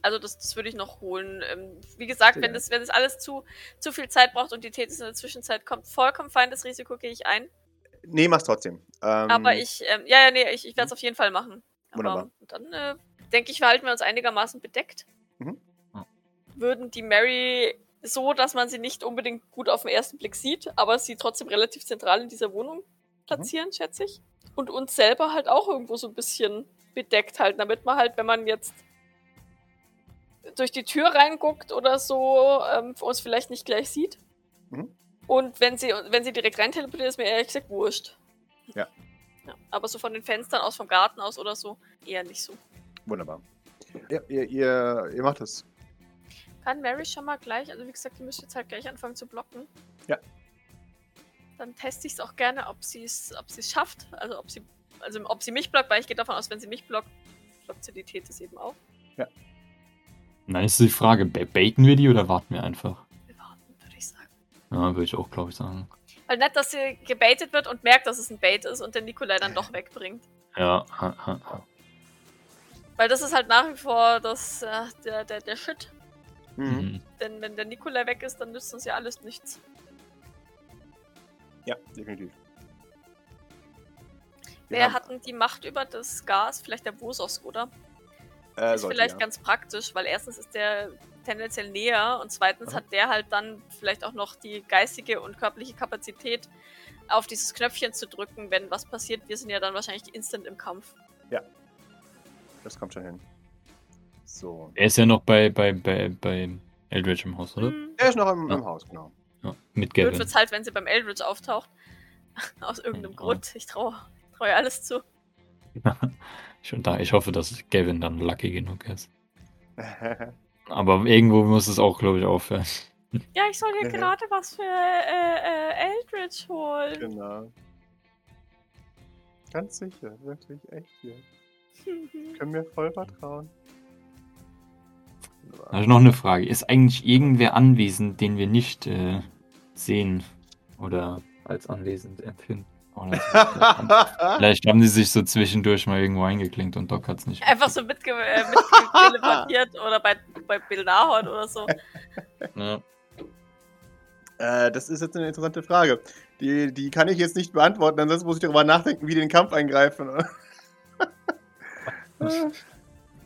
[SPEAKER 1] Also das, das würde ich noch holen. Ähm, wie gesagt,
[SPEAKER 2] Sehr
[SPEAKER 1] wenn
[SPEAKER 2] gerne.
[SPEAKER 1] das, wenn das alles zu, zu viel Zeit braucht und die Tethys in der Zwischenzeit kommt, vollkommen fein, das Risiko gehe ich
[SPEAKER 2] Ähm.
[SPEAKER 1] ein.
[SPEAKER 2] Nee, mach's trotzdem. Ähm,
[SPEAKER 1] Aber ich, ähm, ja, ja, nee, ich, ich werde es auf jeden Fall machen. Aber
[SPEAKER 2] Wunderbar.
[SPEAKER 1] dann äh, denke ich, verhalten wir uns einigermaßen bedeckt.
[SPEAKER 2] Mhm.
[SPEAKER 3] Ja.
[SPEAKER 1] Würden die Mary so, dass man sie nicht unbedingt gut auf den ersten Blick sieht, aber sie trotzdem relativ zentral in dieser Wohnung
[SPEAKER 2] Mhm.
[SPEAKER 1] platzieren, schätze ich. Und uns selber halt auch irgendwo so ein bisschen bedeckt halten, damit man halt, wenn man jetzt durch die Tür reinguckt oder so, ähm, uns vielleicht nicht gleich sieht.
[SPEAKER 2] Mhm.
[SPEAKER 1] Und wenn sie, wenn sie direkt rein teleportiert, ist mir ehrlich gesagt wurscht.
[SPEAKER 2] Ja.
[SPEAKER 1] Ja, aber so von den Fenstern aus, vom Garten aus oder so, eher nicht so.
[SPEAKER 2] Wunderbar. Ja, ihr, ihr, ihr macht es.
[SPEAKER 1] Kann Mary schon mal gleich, also wie gesagt, die müsste jetzt halt gleich anfangen zu blocken.
[SPEAKER 2] Ja.
[SPEAKER 1] Dann teste ich es auch gerne, ob sie es ob sie's schafft. Also ob sie, also ob sie mich blockt, weil ich gehe davon aus, wenn sie mich blockt, blockt sie die Tethys eben auch.
[SPEAKER 3] Dann ist die Frage, ba- baiten wir die oder warten wir einfach?
[SPEAKER 1] Wir warten, würde ich sagen.
[SPEAKER 3] Ja, würde ich auch, glaube ich, sagen.
[SPEAKER 1] Weil nett, dass sie gebaitet wird und merkt, dass es ein Bait ist und den Nikolai dann doch wegbringt.
[SPEAKER 3] Ja, ha, ha, ha.
[SPEAKER 1] Weil das ist halt nach wie vor das, äh, der, der, der Shit.
[SPEAKER 2] Mhm.
[SPEAKER 3] Mhm.
[SPEAKER 1] Denn wenn der Nikolai weg ist, dann nützt uns ja alles nichts.
[SPEAKER 2] Ja, definitiv. Wir
[SPEAKER 1] Wer
[SPEAKER 2] haben-
[SPEAKER 1] hatten die Macht über das Gas? Vielleicht der Bosos, oder?
[SPEAKER 2] äh,
[SPEAKER 1] ist
[SPEAKER 2] sollte,
[SPEAKER 1] vielleicht
[SPEAKER 2] ja.
[SPEAKER 1] ganz praktisch, weil erstens ist der tendenziell näher und zweitens
[SPEAKER 2] Mhm.
[SPEAKER 1] hat der halt dann vielleicht auch noch die geistige und körperliche Kapazität, auf dieses Knöpfchen zu drücken, wenn was passiert. Wir sind ja dann wahrscheinlich instant im Kampf.
[SPEAKER 2] Das kommt schon hin. So.
[SPEAKER 3] Er ist ja noch bei, bei, bei, bei Eldridge im Haus, oder?
[SPEAKER 1] Hm.
[SPEAKER 2] Er ist noch im,
[SPEAKER 3] Ja.
[SPEAKER 2] im Haus, genau. <laughs>
[SPEAKER 3] Ja, mit
[SPEAKER 1] Blöd
[SPEAKER 3] Gavin.
[SPEAKER 1] wird's halt, wenn sie beim Eldritch auftaucht. <laughs> Aus irgendeinem
[SPEAKER 3] Ja.
[SPEAKER 1] Grund. Ich traue trau ihr alles zu.
[SPEAKER 3] Ich, da, ich hoffe, dass Gavin dann lucky genug ist. Aber irgendwo muss es auch, glaube ich, aufhören.
[SPEAKER 1] Ja, ich soll hier
[SPEAKER 2] Mhm.
[SPEAKER 1] gerade was für äh, äh, Eldritch holen.
[SPEAKER 2] genau. Ganz sicher, wirklich echt hier. Können wir voll vertrauen. <laughs>
[SPEAKER 3] Da ist Also noch eine Frage. Ist eigentlich irgendwer anwesend, den wir nicht äh, sehen oder als anwesend empfinden? Oder <laughs> so. Vielleicht haben die sich so zwischendurch mal irgendwo eingeklinkt und Doc hat es nicht.
[SPEAKER 1] <laughs> Einfach so mitge äh, mitgelepatiert oder bei, bei Bill Nahorn oder so.
[SPEAKER 3] Ja.
[SPEAKER 2] Äh, das ist jetzt eine interessante Frage. Die, die kann ich jetzt nicht beantworten, ansonsten muss ich darüber nachdenken, wie die in den Kampf eingreifen. <laughs>
[SPEAKER 1] Äh,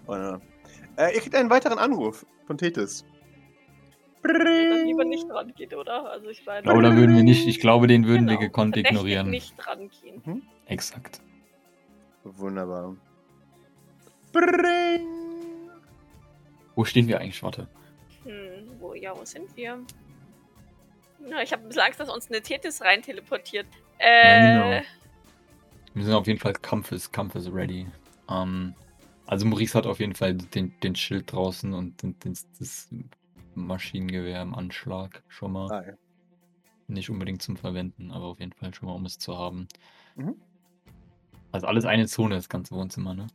[SPEAKER 2] Oder- Oh, äh, ihr kriegt einen weiteren Anruf von Tethys.
[SPEAKER 1] Dann lieber nicht rangeht, oder? Also ich meine,
[SPEAKER 3] Oder würden wir nicht, ich glaube, den würden
[SPEAKER 1] Genau,
[SPEAKER 3] wir gekonnt
[SPEAKER 1] verdächtig
[SPEAKER 3] ignorieren.
[SPEAKER 1] nicht rangehen.
[SPEAKER 3] Exakt.
[SPEAKER 2] Wunderbar. Bring.
[SPEAKER 3] Wo stehen wir eigentlich? Warte.
[SPEAKER 1] Hm, wo, ja, wo sind wir? Na, ich habe ein bisschen Angst, dass uns eine Tethys rein teleportiert. Äh,
[SPEAKER 3] Ja, genau. Wir sind auf jeden Fall Kampfes, Kampfes ready. Ähm, also Maurice hat auf jeden Fall den, den Schild draußen und den, den, das Maschinengewehr im Anschlag schon mal.
[SPEAKER 2] Ah, ja.
[SPEAKER 3] Nicht unbedingt zum Verwenden, aber auf jeden Fall schon mal, um es zu haben.
[SPEAKER 2] Mhm.
[SPEAKER 3] Also alles eine Zone, das ganze Wohnzimmer, ne?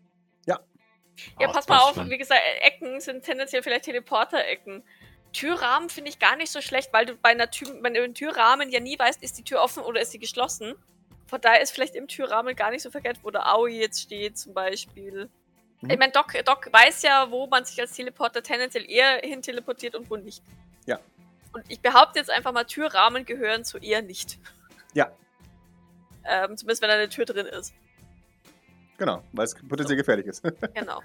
[SPEAKER 2] Ja.
[SPEAKER 1] ja,
[SPEAKER 3] Ah,
[SPEAKER 1] pass
[SPEAKER 3] das
[SPEAKER 1] mal
[SPEAKER 3] passt
[SPEAKER 1] auf,
[SPEAKER 3] schon.
[SPEAKER 1] wie gesagt, Ecken sind tendenziell vielleicht Teleporter-Ecken. Türrahmen finde ich gar nicht so schlecht, weil du bei, einer Tür, bei einem Türrahmen ja nie weißt, ist die Tür offen oder ist sie geschlossen. Von daher ist vielleicht im Türrahmen gar nicht so verkehrt, wo der Aoi jetzt steht zum Beispiel.
[SPEAKER 2] Mhm.
[SPEAKER 1] Ich meine, Doc, Doc weiß ja, wo man sich als Teleporter tendenziell eher hin teleportiert und wo nicht.
[SPEAKER 2] Ja.
[SPEAKER 1] Und ich behaupte jetzt einfach mal, Türrahmen gehören zu eher nicht.
[SPEAKER 2] Ja.
[SPEAKER 1] <laughs> Ähm, zumindest wenn da eine Tür drin ist.
[SPEAKER 2] Genau, weil es potenziell gefährlich ist. <laughs>
[SPEAKER 1] Genau.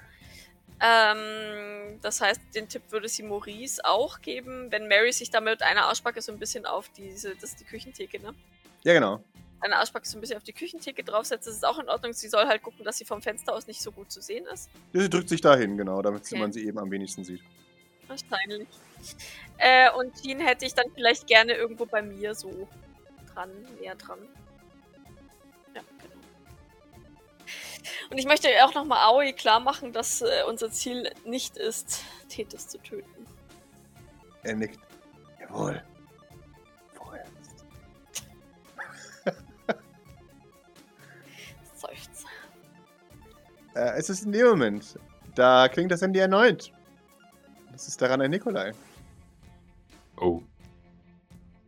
[SPEAKER 1] ähm, das heißt, den Tipp würde sie Maurice auch geben, wenn Mary sich da mit einer Arschbacke so ein bisschen auf diese, das ist die Küchentheke, ne?
[SPEAKER 2] ja, genau.
[SPEAKER 1] Eine Arschbacke so ein bisschen auf die Küchentheke draufsetzt, das ist auch in Ordnung. Sie soll halt gucken, dass sie vom Fenster aus nicht so gut zu sehen ist.
[SPEAKER 2] Sie drückt sich dahin, genau, damit
[SPEAKER 1] Okay.
[SPEAKER 2] man sie eben am wenigsten sieht.
[SPEAKER 1] Wahrscheinlich. Äh, und Jean hätte ich dann vielleicht gerne irgendwo bei mir so dran, näher dran. Ja, genau. Und ich möchte auch nochmal Aoi klar machen, dass äh, unser Ziel nicht ist, Tethys zu töten.
[SPEAKER 2] Er nickt. Jawohl. Vorerst.
[SPEAKER 1] Seufz.
[SPEAKER 2] Äh, es ist in dem Moment. Da klingt das Handy erneut. Das ist daran ein Nikolai.
[SPEAKER 3] Oh.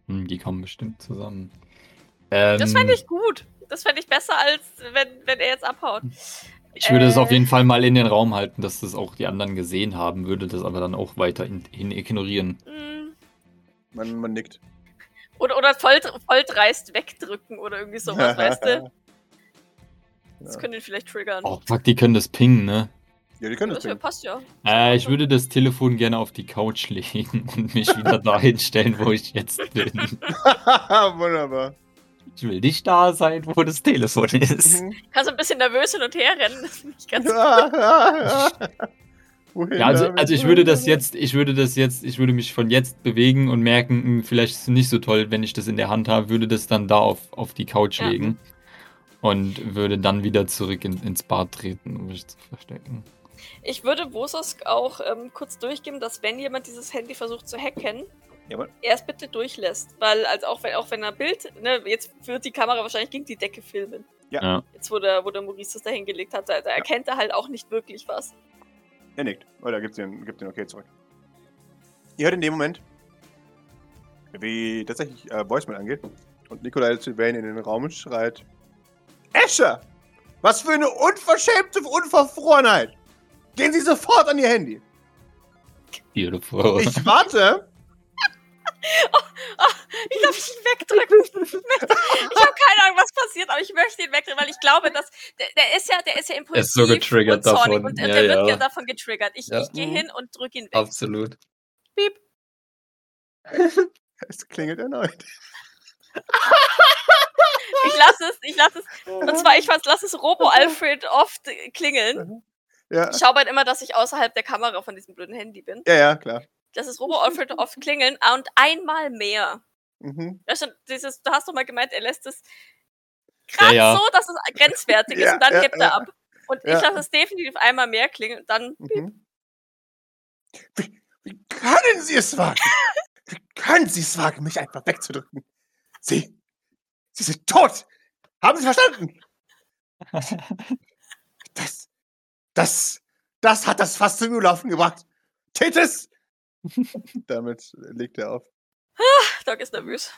[SPEAKER 3] Hm, die kommen bestimmt zusammen. Ähm,
[SPEAKER 1] Das fände ich gut. Das fände ich besser, als wenn, wenn er jetzt abhaut.
[SPEAKER 3] Ich würde es auf
[SPEAKER 1] Äh.
[SPEAKER 3] jeden Fall mal in den Raum halten, dass das auch die anderen gesehen haben, würde das aber dann auch weiterhin hin ignorieren.
[SPEAKER 1] Mm.
[SPEAKER 2] Man, man nickt.
[SPEAKER 1] Oder, oder voll, voll dreist wegdrücken oder irgendwie
[SPEAKER 3] <laughs>
[SPEAKER 1] sowas, weißt du? Das
[SPEAKER 2] Ja.
[SPEAKER 1] könnte ihn vielleicht triggern.
[SPEAKER 3] Oh, fuck, die können das pingen, ne?
[SPEAKER 2] Ja, die können
[SPEAKER 1] das
[SPEAKER 2] das
[SPEAKER 1] wär-
[SPEAKER 2] bringen.
[SPEAKER 1] passt ja.
[SPEAKER 3] Äh, ich würde das Telefon gerne auf die Couch <laughs> legen und mich
[SPEAKER 1] <laughs>
[SPEAKER 3] wieder dahin stellen, wo ich jetzt bin.
[SPEAKER 2] <laughs>
[SPEAKER 3] <laughs>
[SPEAKER 2] Wunderbar.
[SPEAKER 3] Ich will nicht da sein, wo das Telefon ist.
[SPEAKER 2] Mhm.
[SPEAKER 1] Kannst du ein bisschen nervös hin und her rennen. Das finde ich ganz
[SPEAKER 2] Ja, ja, ja. Wohin
[SPEAKER 3] Ja, also,
[SPEAKER 2] damit?
[SPEAKER 3] also ich würde das jetzt, ich würde das jetzt, ich würde mich von jetzt bewegen und merken, hm, vielleicht ist es nicht so toll, wenn ich das in der Hand habe, würde das dann da auf, auf die Couch
[SPEAKER 1] Ja.
[SPEAKER 3] legen und würde dann wieder zurück in, ins Bad treten, um mich zu verstecken.
[SPEAKER 1] Ich würde Wososk auch ähm, kurz durchgeben, dass wenn jemand dieses Handy versucht zu hacken,
[SPEAKER 2] Jawohl.
[SPEAKER 1] er es bitte durchlässt. Weil als auch wenn auch wenn er Bild, ne, jetzt wird die Kamera wahrscheinlich gegen die Decke filmen.
[SPEAKER 2] Ja.
[SPEAKER 3] Ja.
[SPEAKER 1] Jetzt, wo der, wo der Maurice das da hingelegt hat, da, da erkennt er halt auch nicht wirklich was.
[SPEAKER 2] Er nickt. Oder gibt den, gibt den Okay zurück. Ihr hört in dem Moment, wie tatsächlich äh, Voicemail angeht und Nikolai Sylvain in den Raum schreit: Escher! Was für eine unverschämte Unverfrorenheit! Gehen Sie sofort an Ihr Handy!
[SPEAKER 3] Beautiful.
[SPEAKER 2] <laughs>
[SPEAKER 3] <laughs>
[SPEAKER 2] Ich warte!
[SPEAKER 1] Ich glaube, ich ihn <laughs> wegdrücken. Ich habe keine Ahnung, was passiert, aber ich möchte ihn wegdrücken, weil ich glaube, dass der, der ist ja, der ist ja impulsiv
[SPEAKER 4] so getriggert
[SPEAKER 1] und zornig
[SPEAKER 4] davon.
[SPEAKER 1] und
[SPEAKER 4] Ja,
[SPEAKER 1] der wird
[SPEAKER 4] ja. Mhm.
[SPEAKER 1] ja davon getriggert. Ich,
[SPEAKER 4] Ja.
[SPEAKER 1] ich gehe hin und drücke ihn weg.
[SPEAKER 4] Absolut.
[SPEAKER 1] Piep.
[SPEAKER 2] Es klingelt erneut.
[SPEAKER 1] Ich lasse es, ich lasse es. Und zwar, ich lasse es
[SPEAKER 2] <laughs>
[SPEAKER 1] Robo-Alfred oft klingeln.
[SPEAKER 2] Ja,
[SPEAKER 1] Ich schaue halt immer, dass ich außerhalb der Kamera von diesem blöden Handy bin.
[SPEAKER 2] ja, ja klar.
[SPEAKER 1] Das ist
[SPEAKER 2] <laughs>
[SPEAKER 1] Robo-Alfred oft klingeln ah, und einmal mehr.
[SPEAKER 2] Mhm.
[SPEAKER 1] Das ist dieses, du hast doch mal gemeint, er lässt es gerade
[SPEAKER 3] Ja, ja.
[SPEAKER 1] so, dass es grenzwertig ist
[SPEAKER 2] <laughs> Ja,
[SPEAKER 1] und dann
[SPEAKER 2] ja,
[SPEAKER 1] gibt
[SPEAKER 2] ja.
[SPEAKER 1] er ab. Und
[SPEAKER 2] Ja.
[SPEAKER 1] ich lasse es definitiv einmal mehr klingeln und dann
[SPEAKER 2] Mhm. Wie, wie können Sie es wagen? Wie können Sie es wagen, mich einfach wegzudrücken? Sie, Sie sind tot! Haben Sie verstanden? Das, das, das hat das Fass zum Überlaufen gebracht. Tethys! Damit legt er auf. <laughs>
[SPEAKER 1] Doc ist nervös.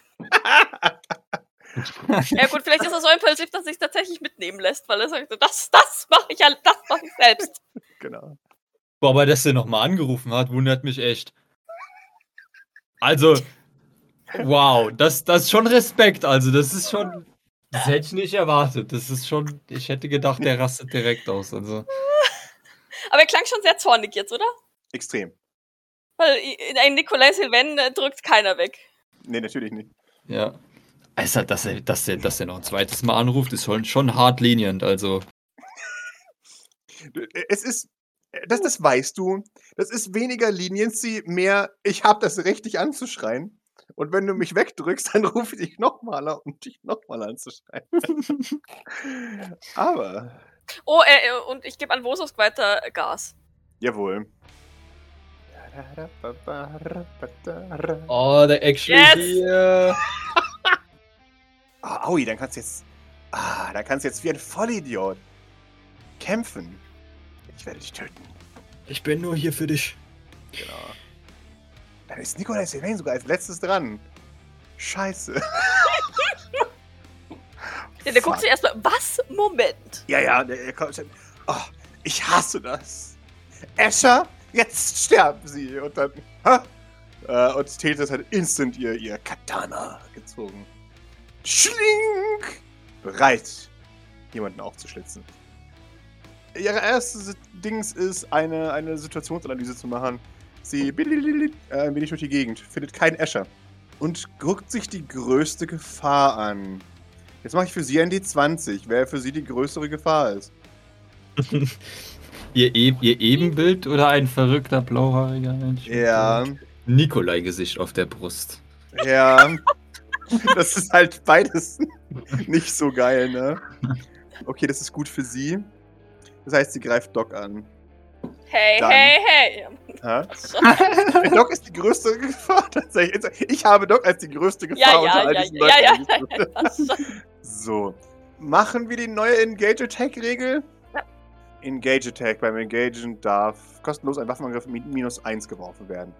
[SPEAKER 1] Ja gut, vielleicht ist er so impulsiv, dass er sich tatsächlich mitnehmen lässt, weil er sagt, so, das, das mache ich, alle- das mache ich selbst.
[SPEAKER 2] Genau.
[SPEAKER 4] Boah, aber dass der nochmal angerufen hat, wundert mich echt. Also, wow, das, das ist schon Respekt. Also, das ist schon. Das hätte ich nicht erwartet. Das ist schon. Ich hätte gedacht, der rastet direkt aus. Also,
[SPEAKER 1] Aber er klang schon sehr zornig jetzt, oder?
[SPEAKER 2] Extrem.
[SPEAKER 1] Weil i- ein Nicolas Sylvain äh, drückt keiner weg.
[SPEAKER 2] Nee, natürlich nicht.
[SPEAKER 4] ja. Also, dass er, dass, er, dass er noch ein zweites Mal anruft, ist schon, schon hart lenient. Also,
[SPEAKER 2] Äh, Es ist, äh, das, das weißt du, das ist weniger Leniency, mehr, ich habe das Recht, dich anzuschreien. Und wenn du mich wegdrückst, <laughs> dann rufe ich dich nochmal an, um dich nochmal anzuschreien. Aber,
[SPEAKER 1] Oh, äh, äh, und ich gebe an Vosos weiter Gas.
[SPEAKER 2] jawohl.
[SPEAKER 4] oh, der Action
[SPEAKER 1] Yes!
[SPEAKER 4] hier.
[SPEAKER 2] Ah, aui, dann kannst du jetzt, ah, dann kannst du jetzt wie ein Vollidiot kämpfen. Ich werde dich töten.
[SPEAKER 5] Ich bin nur hier für dich.
[SPEAKER 2] Genau. Dann ist Nikolai Sylvain sogar als letztes dran. Scheiße.
[SPEAKER 1] Ja, der
[SPEAKER 2] Fuck.
[SPEAKER 1] guckt sich erstmal, was? Moment.
[SPEAKER 2] Ja, ja, der, der kommt schon. Oh, ich hasse das. Escher, jetzt sterben sie. Und dann. Ha? Äh, und Tethys hat instant ihr, ihr Katana gezogen. Schlink! Bereit, jemanden aufzuschlitzen. Ihre erste Si- Dings ist, eine, eine Situationsanalyse zu machen. Sie bilililit, äh, ein wenig durch die Gegend, findet keinen Escher und guckt sich die größte Gefahr an. Jetzt mache ich für sie ein D20, wer für sie die größere Gefahr ist.
[SPEAKER 3] Ihr, e ihr Ebenbild oder ein verrückter blauhaariger Mensch? mit
[SPEAKER 2] Ja,
[SPEAKER 5] Nikolai-Gesicht auf der Brust.
[SPEAKER 2] ja. <laughs> Das ist halt beides <laughs> nicht so geil, ne? Okay, das ist gut für sie. Das heißt, sie greift Doc an.
[SPEAKER 1] Hey,
[SPEAKER 2] Dann-
[SPEAKER 1] hey, hey.
[SPEAKER 2] <laughs>
[SPEAKER 1] <laughs>
[SPEAKER 2] Ha?
[SPEAKER 1] Ja,
[SPEAKER 2] Doc ist die größere Gefahr tatsächlich. Ich habe Doc als die größte
[SPEAKER 1] ja,
[SPEAKER 2] Gefahr
[SPEAKER 1] ja,
[SPEAKER 2] all
[SPEAKER 1] ja,
[SPEAKER 2] diesen
[SPEAKER 1] ja, ja,
[SPEAKER 2] Leuten.
[SPEAKER 1] ja, <laughs> passt schon.
[SPEAKER 2] So. Machen wir die neue Engage-Attack-Regel?
[SPEAKER 1] Ja.
[SPEAKER 2] Engage-Attack. Beim Engagen darf kostenlos ein Waffenangriff mit minus 1 geworfen werden.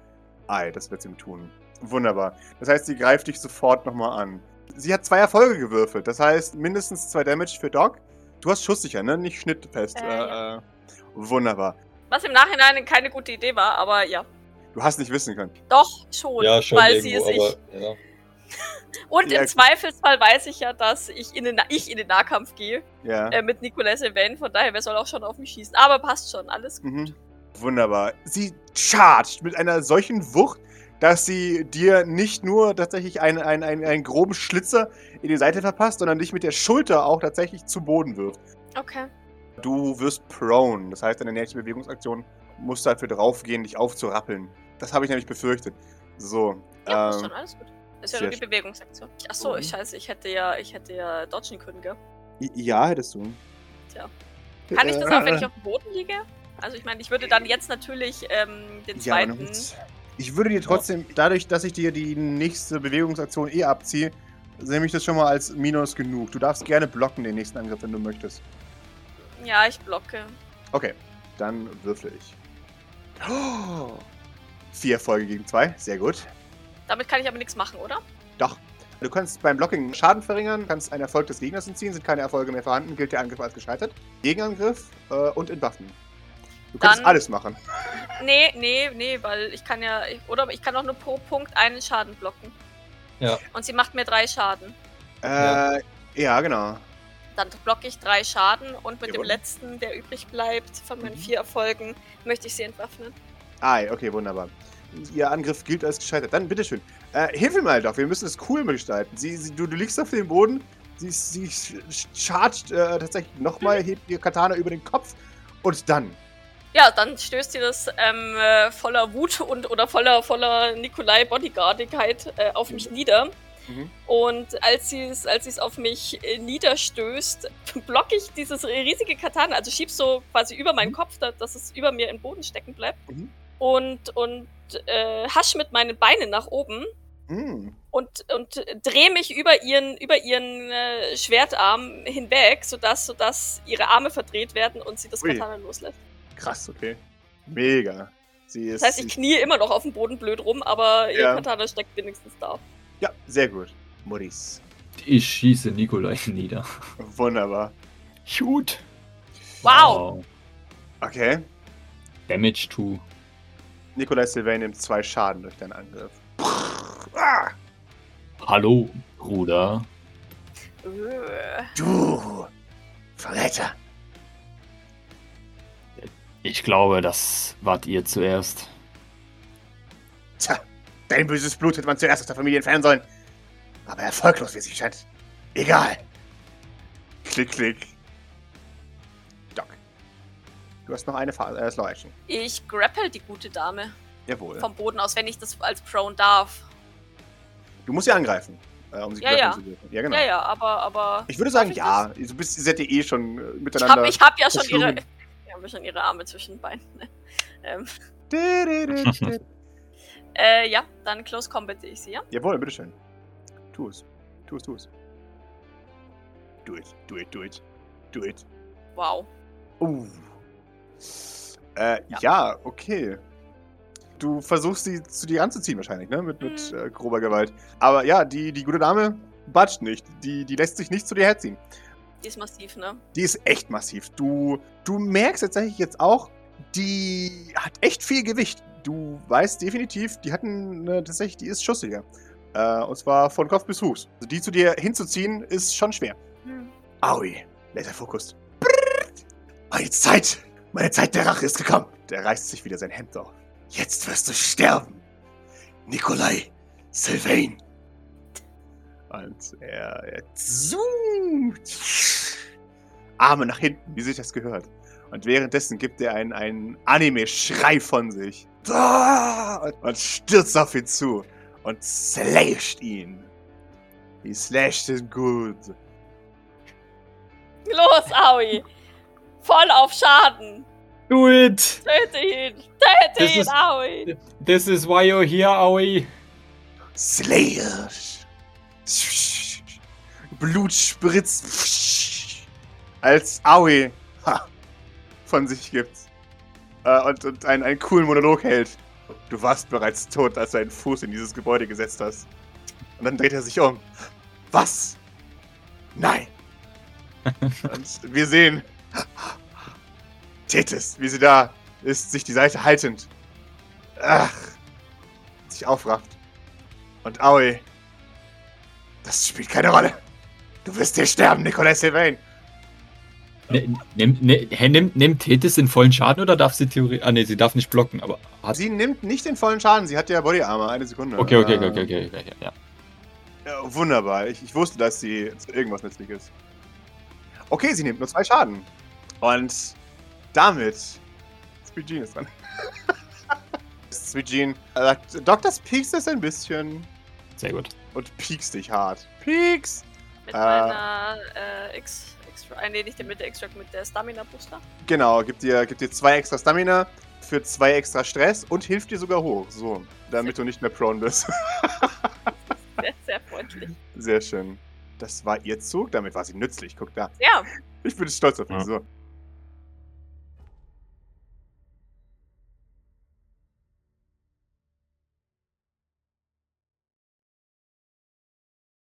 [SPEAKER 2] Ei, das wird sie ihm tun. Wunderbar. Das heißt, sie greift dich sofort nochmal an. Sie hat zwei Erfolge gewürfelt. Das heißt, mindestens zwei Damage für Doc. Du hast schusssicher, ne? Nicht schnittfest.
[SPEAKER 1] Äh,
[SPEAKER 2] Äh,
[SPEAKER 1] ja.
[SPEAKER 2] äh, wunderbar.
[SPEAKER 1] Was im Nachhinein keine gute Idee war, aber ja.
[SPEAKER 2] Du hast nicht wissen können.
[SPEAKER 1] Doch, schon.
[SPEAKER 4] Ja, schon
[SPEAKER 1] weil
[SPEAKER 4] irgendwo,
[SPEAKER 1] sie ist
[SPEAKER 4] aber. Ja.
[SPEAKER 1] ich. Und
[SPEAKER 2] Ja,
[SPEAKER 1] im
[SPEAKER 2] gut.
[SPEAKER 1] Zweifelsfall weiß ich ja, dass ich in den, Na- ich in den Nahkampf gehe
[SPEAKER 2] Ja.
[SPEAKER 1] äh, mit Nicolas Sylvain, von daher, wer soll auch schon auf mich schießen. Aber passt schon, alles gut.
[SPEAKER 2] Mhm. Wunderbar. Sie charged mit einer solchen Wucht, dass sie dir nicht nur tatsächlich einen, einen, einen, einen groben Schlitzer in die Seite verpasst, sondern dich mit der Schulter auch tatsächlich zu Boden wirft.
[SPEAKER 1] Okay.
[SPEAKER 2] Du wirst prone. Das heißt, deine nächste Bewegungsaktion musst du dafür draufgehen, dich aufzurappeln. Das habe ich nämlich befürchtet. So.
[SPEAKER 1] Ja, passt
[SPEAKER 2] ähm,
[SPEAKER 1] schon, alles gut. Ist ja
[SPEAKER 2] sehr
[SPEAKER 1] nur die Bewegungsaktion. Achso,
[SPEAKER 2] Mhm.
[SPEAKER 1] ich scheiße, ich hätte ja, ich hätte ja dodgen können, gell?
[SPEAKER 2] i- ja, hättest du.
[SPEAKER 1] Tja. Kann ich das auch, wenn ich
[SPEAKER 2] Äh,
[SPEAKER 1] auf dem Boden liege? Also ich meine, ich würde dann jetzt natürlich ähm, den
[SPEAKER 2] Ja, aber noch
[SPEAKER 1] zweiten. Oh.
[SPEAKER 2] nichts. ich würde dir trotzdem, dadurch, dass ich dir die nächste Bewegungsaktion eh abziehe, nehme ich das schon mal als Minus genug. Du darfst gerne blocken den nächsten Angriff, wenn du möchtest.
[SPEAKER 1] Ja, ich blocke.
[SPEAKER 2] Okay, dann würfle ich. Oh, vier Erfolge gegen zwei, sehr gut.
[SPEAKER 1] Damit kann ich aber nichts machen, oder?
[SPEAKER 2] Doch. Du kannst beim Blocking Schaden verringern, kannst einen Erfolg des Gegners entziehen, sind keine Erfolge mehr vorhanden, gilt der Angriff als gescheitert. Gegenangriff äh, und entwaffnen. Du kannst
[SPEAKER 1] Dann-
[SPEAKER 2] alles machen.
[SPEAKER 1] Nee, nee, nee, weil ich kann ja. Ich, oder ich kann auch nur pro Punkt einen Schaden blocken.
[SPEAKER 4] Ja.
[SPEAKER 1] Und sie macht mir drei Schaden.
[SPEAKER 2] Ja. Äh, ja, genau.
[SPEAKER 1] Dann blocke ich drei Schaden und mit dem
[SPEAKER 2] Jawohl.
[SPEAKER 1] letzten, der übrig bleibt, von meinen
[SPEAKER 2] Mhm.
[SPEAKER 1] vier Erfolgen, möchte ich sie entwaffnen.
[SPEAKER 2] Ah, okay, wunderbar. Ihr Angriff gilt als gescheitert. Dann bitteschön. Äh, hilf mir mal doch, wir müssen es cool gestalten. Sie, sie, du, du liegst auf dem Boden, sie, sie sch- chargt äh, tatsächlich nochmal, hebt ihr Katana über den Kopf und dann.
[SPEAKER 1] Ja, dann stößt sie das ähm, äh, voller Wut und oder voller voller Nikolai Bodyguardigkeit äh, auf mich nieder.
[SPEAKER 2] Mhm.
[SPEAKER 1] Und als sie es als sie's auf mich äh, niederstößt, blocke ich dieses riesige Katana, also schieb so quasi über meinen Kopf, da, dass es über mir im Boden stecken bleibt.
[SPEAKER 2] Mhm.
[SPEAKER 1] Und, und äh, hasch mit meinen Beinen nach oben
[SPEAKER 2] Hm,
[SPEAKER 1] und, und drehe mich über ihren, über ihren äh, Schwertarm hinweg, sodass, sodass ihre Arme verdreht werden und sie das
[SPEAKER 2] Ui.
[SPEAKER 1] Katana loslässt.
[SPEAKER 2] krass, okay. Mega. Sie ist.
[SPEAKER 1] Das heißt, ich knie immer noch auf dem Boden blöd rum, aber ihr
[SPEAKER 2] Ja.
[SPEAKER 1] Katana steckt wenigstens da.
[SPEAKER 2] ja, sehr gut. Maurice.
[SPEAKER 4] Ich schieße Nikolai nieder.
[SPEAKER 2] Wunderbar.
[SPEAKER 3] Shoot!
[SPEAKER 1] Wow!
[SPEAKER 2] Okay.
[SPEAKER 4] Damage to.
[SPEAKER 2] Nikolai Sylvain nimmt zwei Schaden durch deinen Angriff. Ah!
[SPEAKER 3] Hallo, Bruder.
[SPEAKER 1] Äh,
[SPEAKER 2] Du Verräter!
[SPEAKER 3] Ich glaube, das wart ihr zuerst.
[SPEAKER 2] Tja, dein böses Blut hätte man zuerst aus der Familie entfernen sollen. Aber erfolglos, wie es sich scheint. Egal. Klick, klick. Doc. Du hast noch eine Phase. Äh, Slow Action.
[SPEAKER 1] Ich grapple die gute Dame
[SPEAKER 2] Jawohl.
[SPEAKER 1] vom Boden aus, wenn ich das als Prone darf.
[SPEAKER 2] Du musst sie angreifen, äh, um sie
[SPEAKER 1] Ja,
[SPEAKER 2] grappeln
[SPEAKER 1] ja.
[SPEAKER 2] zu dürfen. Ja, genau.
[SPEAKER 1] Ja, ja, aber, aber
[SPEAKER 2] Ich würde sagen,
[SPEAKER 1] ich
[SPEAKER 2] ja. Du bist, seid ihr eh schon äh,
[SPEAKER 1] ich hab,
[SPEAKER 2] miteinander.
[SPEAKER 1] ich hab ja schon ihre,
[SPEAKER 2] verschlungen.
[SPEAKER 1] <laughs> ich hab ja schon ihre Arme zwischen den Beinen. ne? Ähm,
[SPEAKER 2] Dididididid.
[SPEAKER 1] äh, ja, dann Close Combat ich sie, ja?
[SPEAKER 2] <laughs> Jawohl, bitteschön. Tu es. Tu es, tu es. Do it, do it, do it. Do it.
[SPEAKER 1] Wow.
[SPEAKER 2] Uh. Äh, ja. okay. Du versuchst sie zu dir anzuziehen wahrscheinlich, ne? Mit, mit
[SPEAKER 1] Mhm.
[SPEAKER 2] äh, grober Gewalt. Aber ja, die, die gute Dame batscht nicht. Die, die lässt sich nicht zu dir herziehen.
[SPEAKER 1] Die ist massiv, ne?
[SPEAKER 2] Die ist echt massiv. Du, du merkst tatsächlich jetzt auch, die hat echt viel Gewicht. Du weißt definitiv, die hatten äh, tatsächlich, die ist schussiger. Äh, und zwar von Kopf bis Fuß. Also die zu dir hinzuziehen, ist schon schwer. Aui, Laserfokus. Brrrt. Meine Zeit, meine Zeit der Rache ist gekommen. Der reißt sich wieder sein Hemd auf. Jetzt wirst du sterben. Nikolai, Sylvain. Und er, er zoomt. Arme nach hinten, wie sich das gehört. Und währenddessen gibt er einen, einen Anime-Schrei von sich. Ah! Und stürzt auf ihn zu und slasht ihn. He slashed him good.
[SPEAKER 1] Los, Aoi! Voll auf Schaden!
[SPEAKER 4] Do it!
[SPEAKER 1] Töte ihn! Töte
[SPEAKER 4] Das
[SPEAKER 1] ihn,
[SPEAKER 4] ist-
[SPEAKER 1] Aoi!
[SPEAKER 4] This is why you're here, Aoi.
[SPEAKER 2] Slayer. Blut spritzt. Als Aoi ha, von sich gibt. Äh, und und einen, einen coolen Monolog hält. Du warst bereits tot, als du einen Fuß in dieses Gebäude gesetzt hast. Und dann dreht er sich um. Was? Nein. und wir sehen. Tethys, wie sie da ist, sich die Seite haltend. Ach. Sich aufrafft. Und Aoi, das spielt keine Rolle. Du wirst hier sterben, Nicolas Sylvain.
[SPEAKER 4] Ne, nimm, ne, hä, nimm, nimmt Tethys den vollen Schaden oder darf sie theoretisch. Ah, ne, sie darf nicht blocken, aber. Hat,
[SPEAKER 2] Sie nimmt nicht den vollen Schaden, sie hat ja Body Armor. Eine Sekunde.
[SPEAKER 4] okay, okay,
[SPEAKER 2] Äh,
[SPEAKER 4] okay, okay, okay, okay, ja.
[SPEAKER 2] ja, wunderbar, ich, ich wusste, dass sie zu irgendwas nützlich ist. Okay, sie nimmt nur zwei Schaden. Und damit. Sweet Jean <laughs> ist dran. Sweet Jean sagt: Doc, das piekst es ein bisschen.
[SPEAKER 4] Sehr gut.
[SPEAKER 2] Und piekst dich hart. Pieks!
[SPEAKER 1] Mit
[SPEAKER 2] Äh.
[SPEAKER 1] meiner äh, X, Extra, äh, nee, nicht mit der Extra, mit der Stamina Booster.
[SPEAKER 2] Genau, gibt dir, gibt dir zwei extra Stamina für zwei extra Stress und hilft dir sogar hoch. So, damit du nicht mehr prone bist. <laughs>
[SPEAKER 1] Sehr, sehr freundlich.
[SPEAKER 2] Sehr schön. Das war ihr Zug, damit war sie nützlich. Guck da.
[SPEAKER 1] Ja,
[SPEAKER 2] Ich bin stolz auf mich.
[SPEAKER 4] Ja.
[SPEAKER 2] So.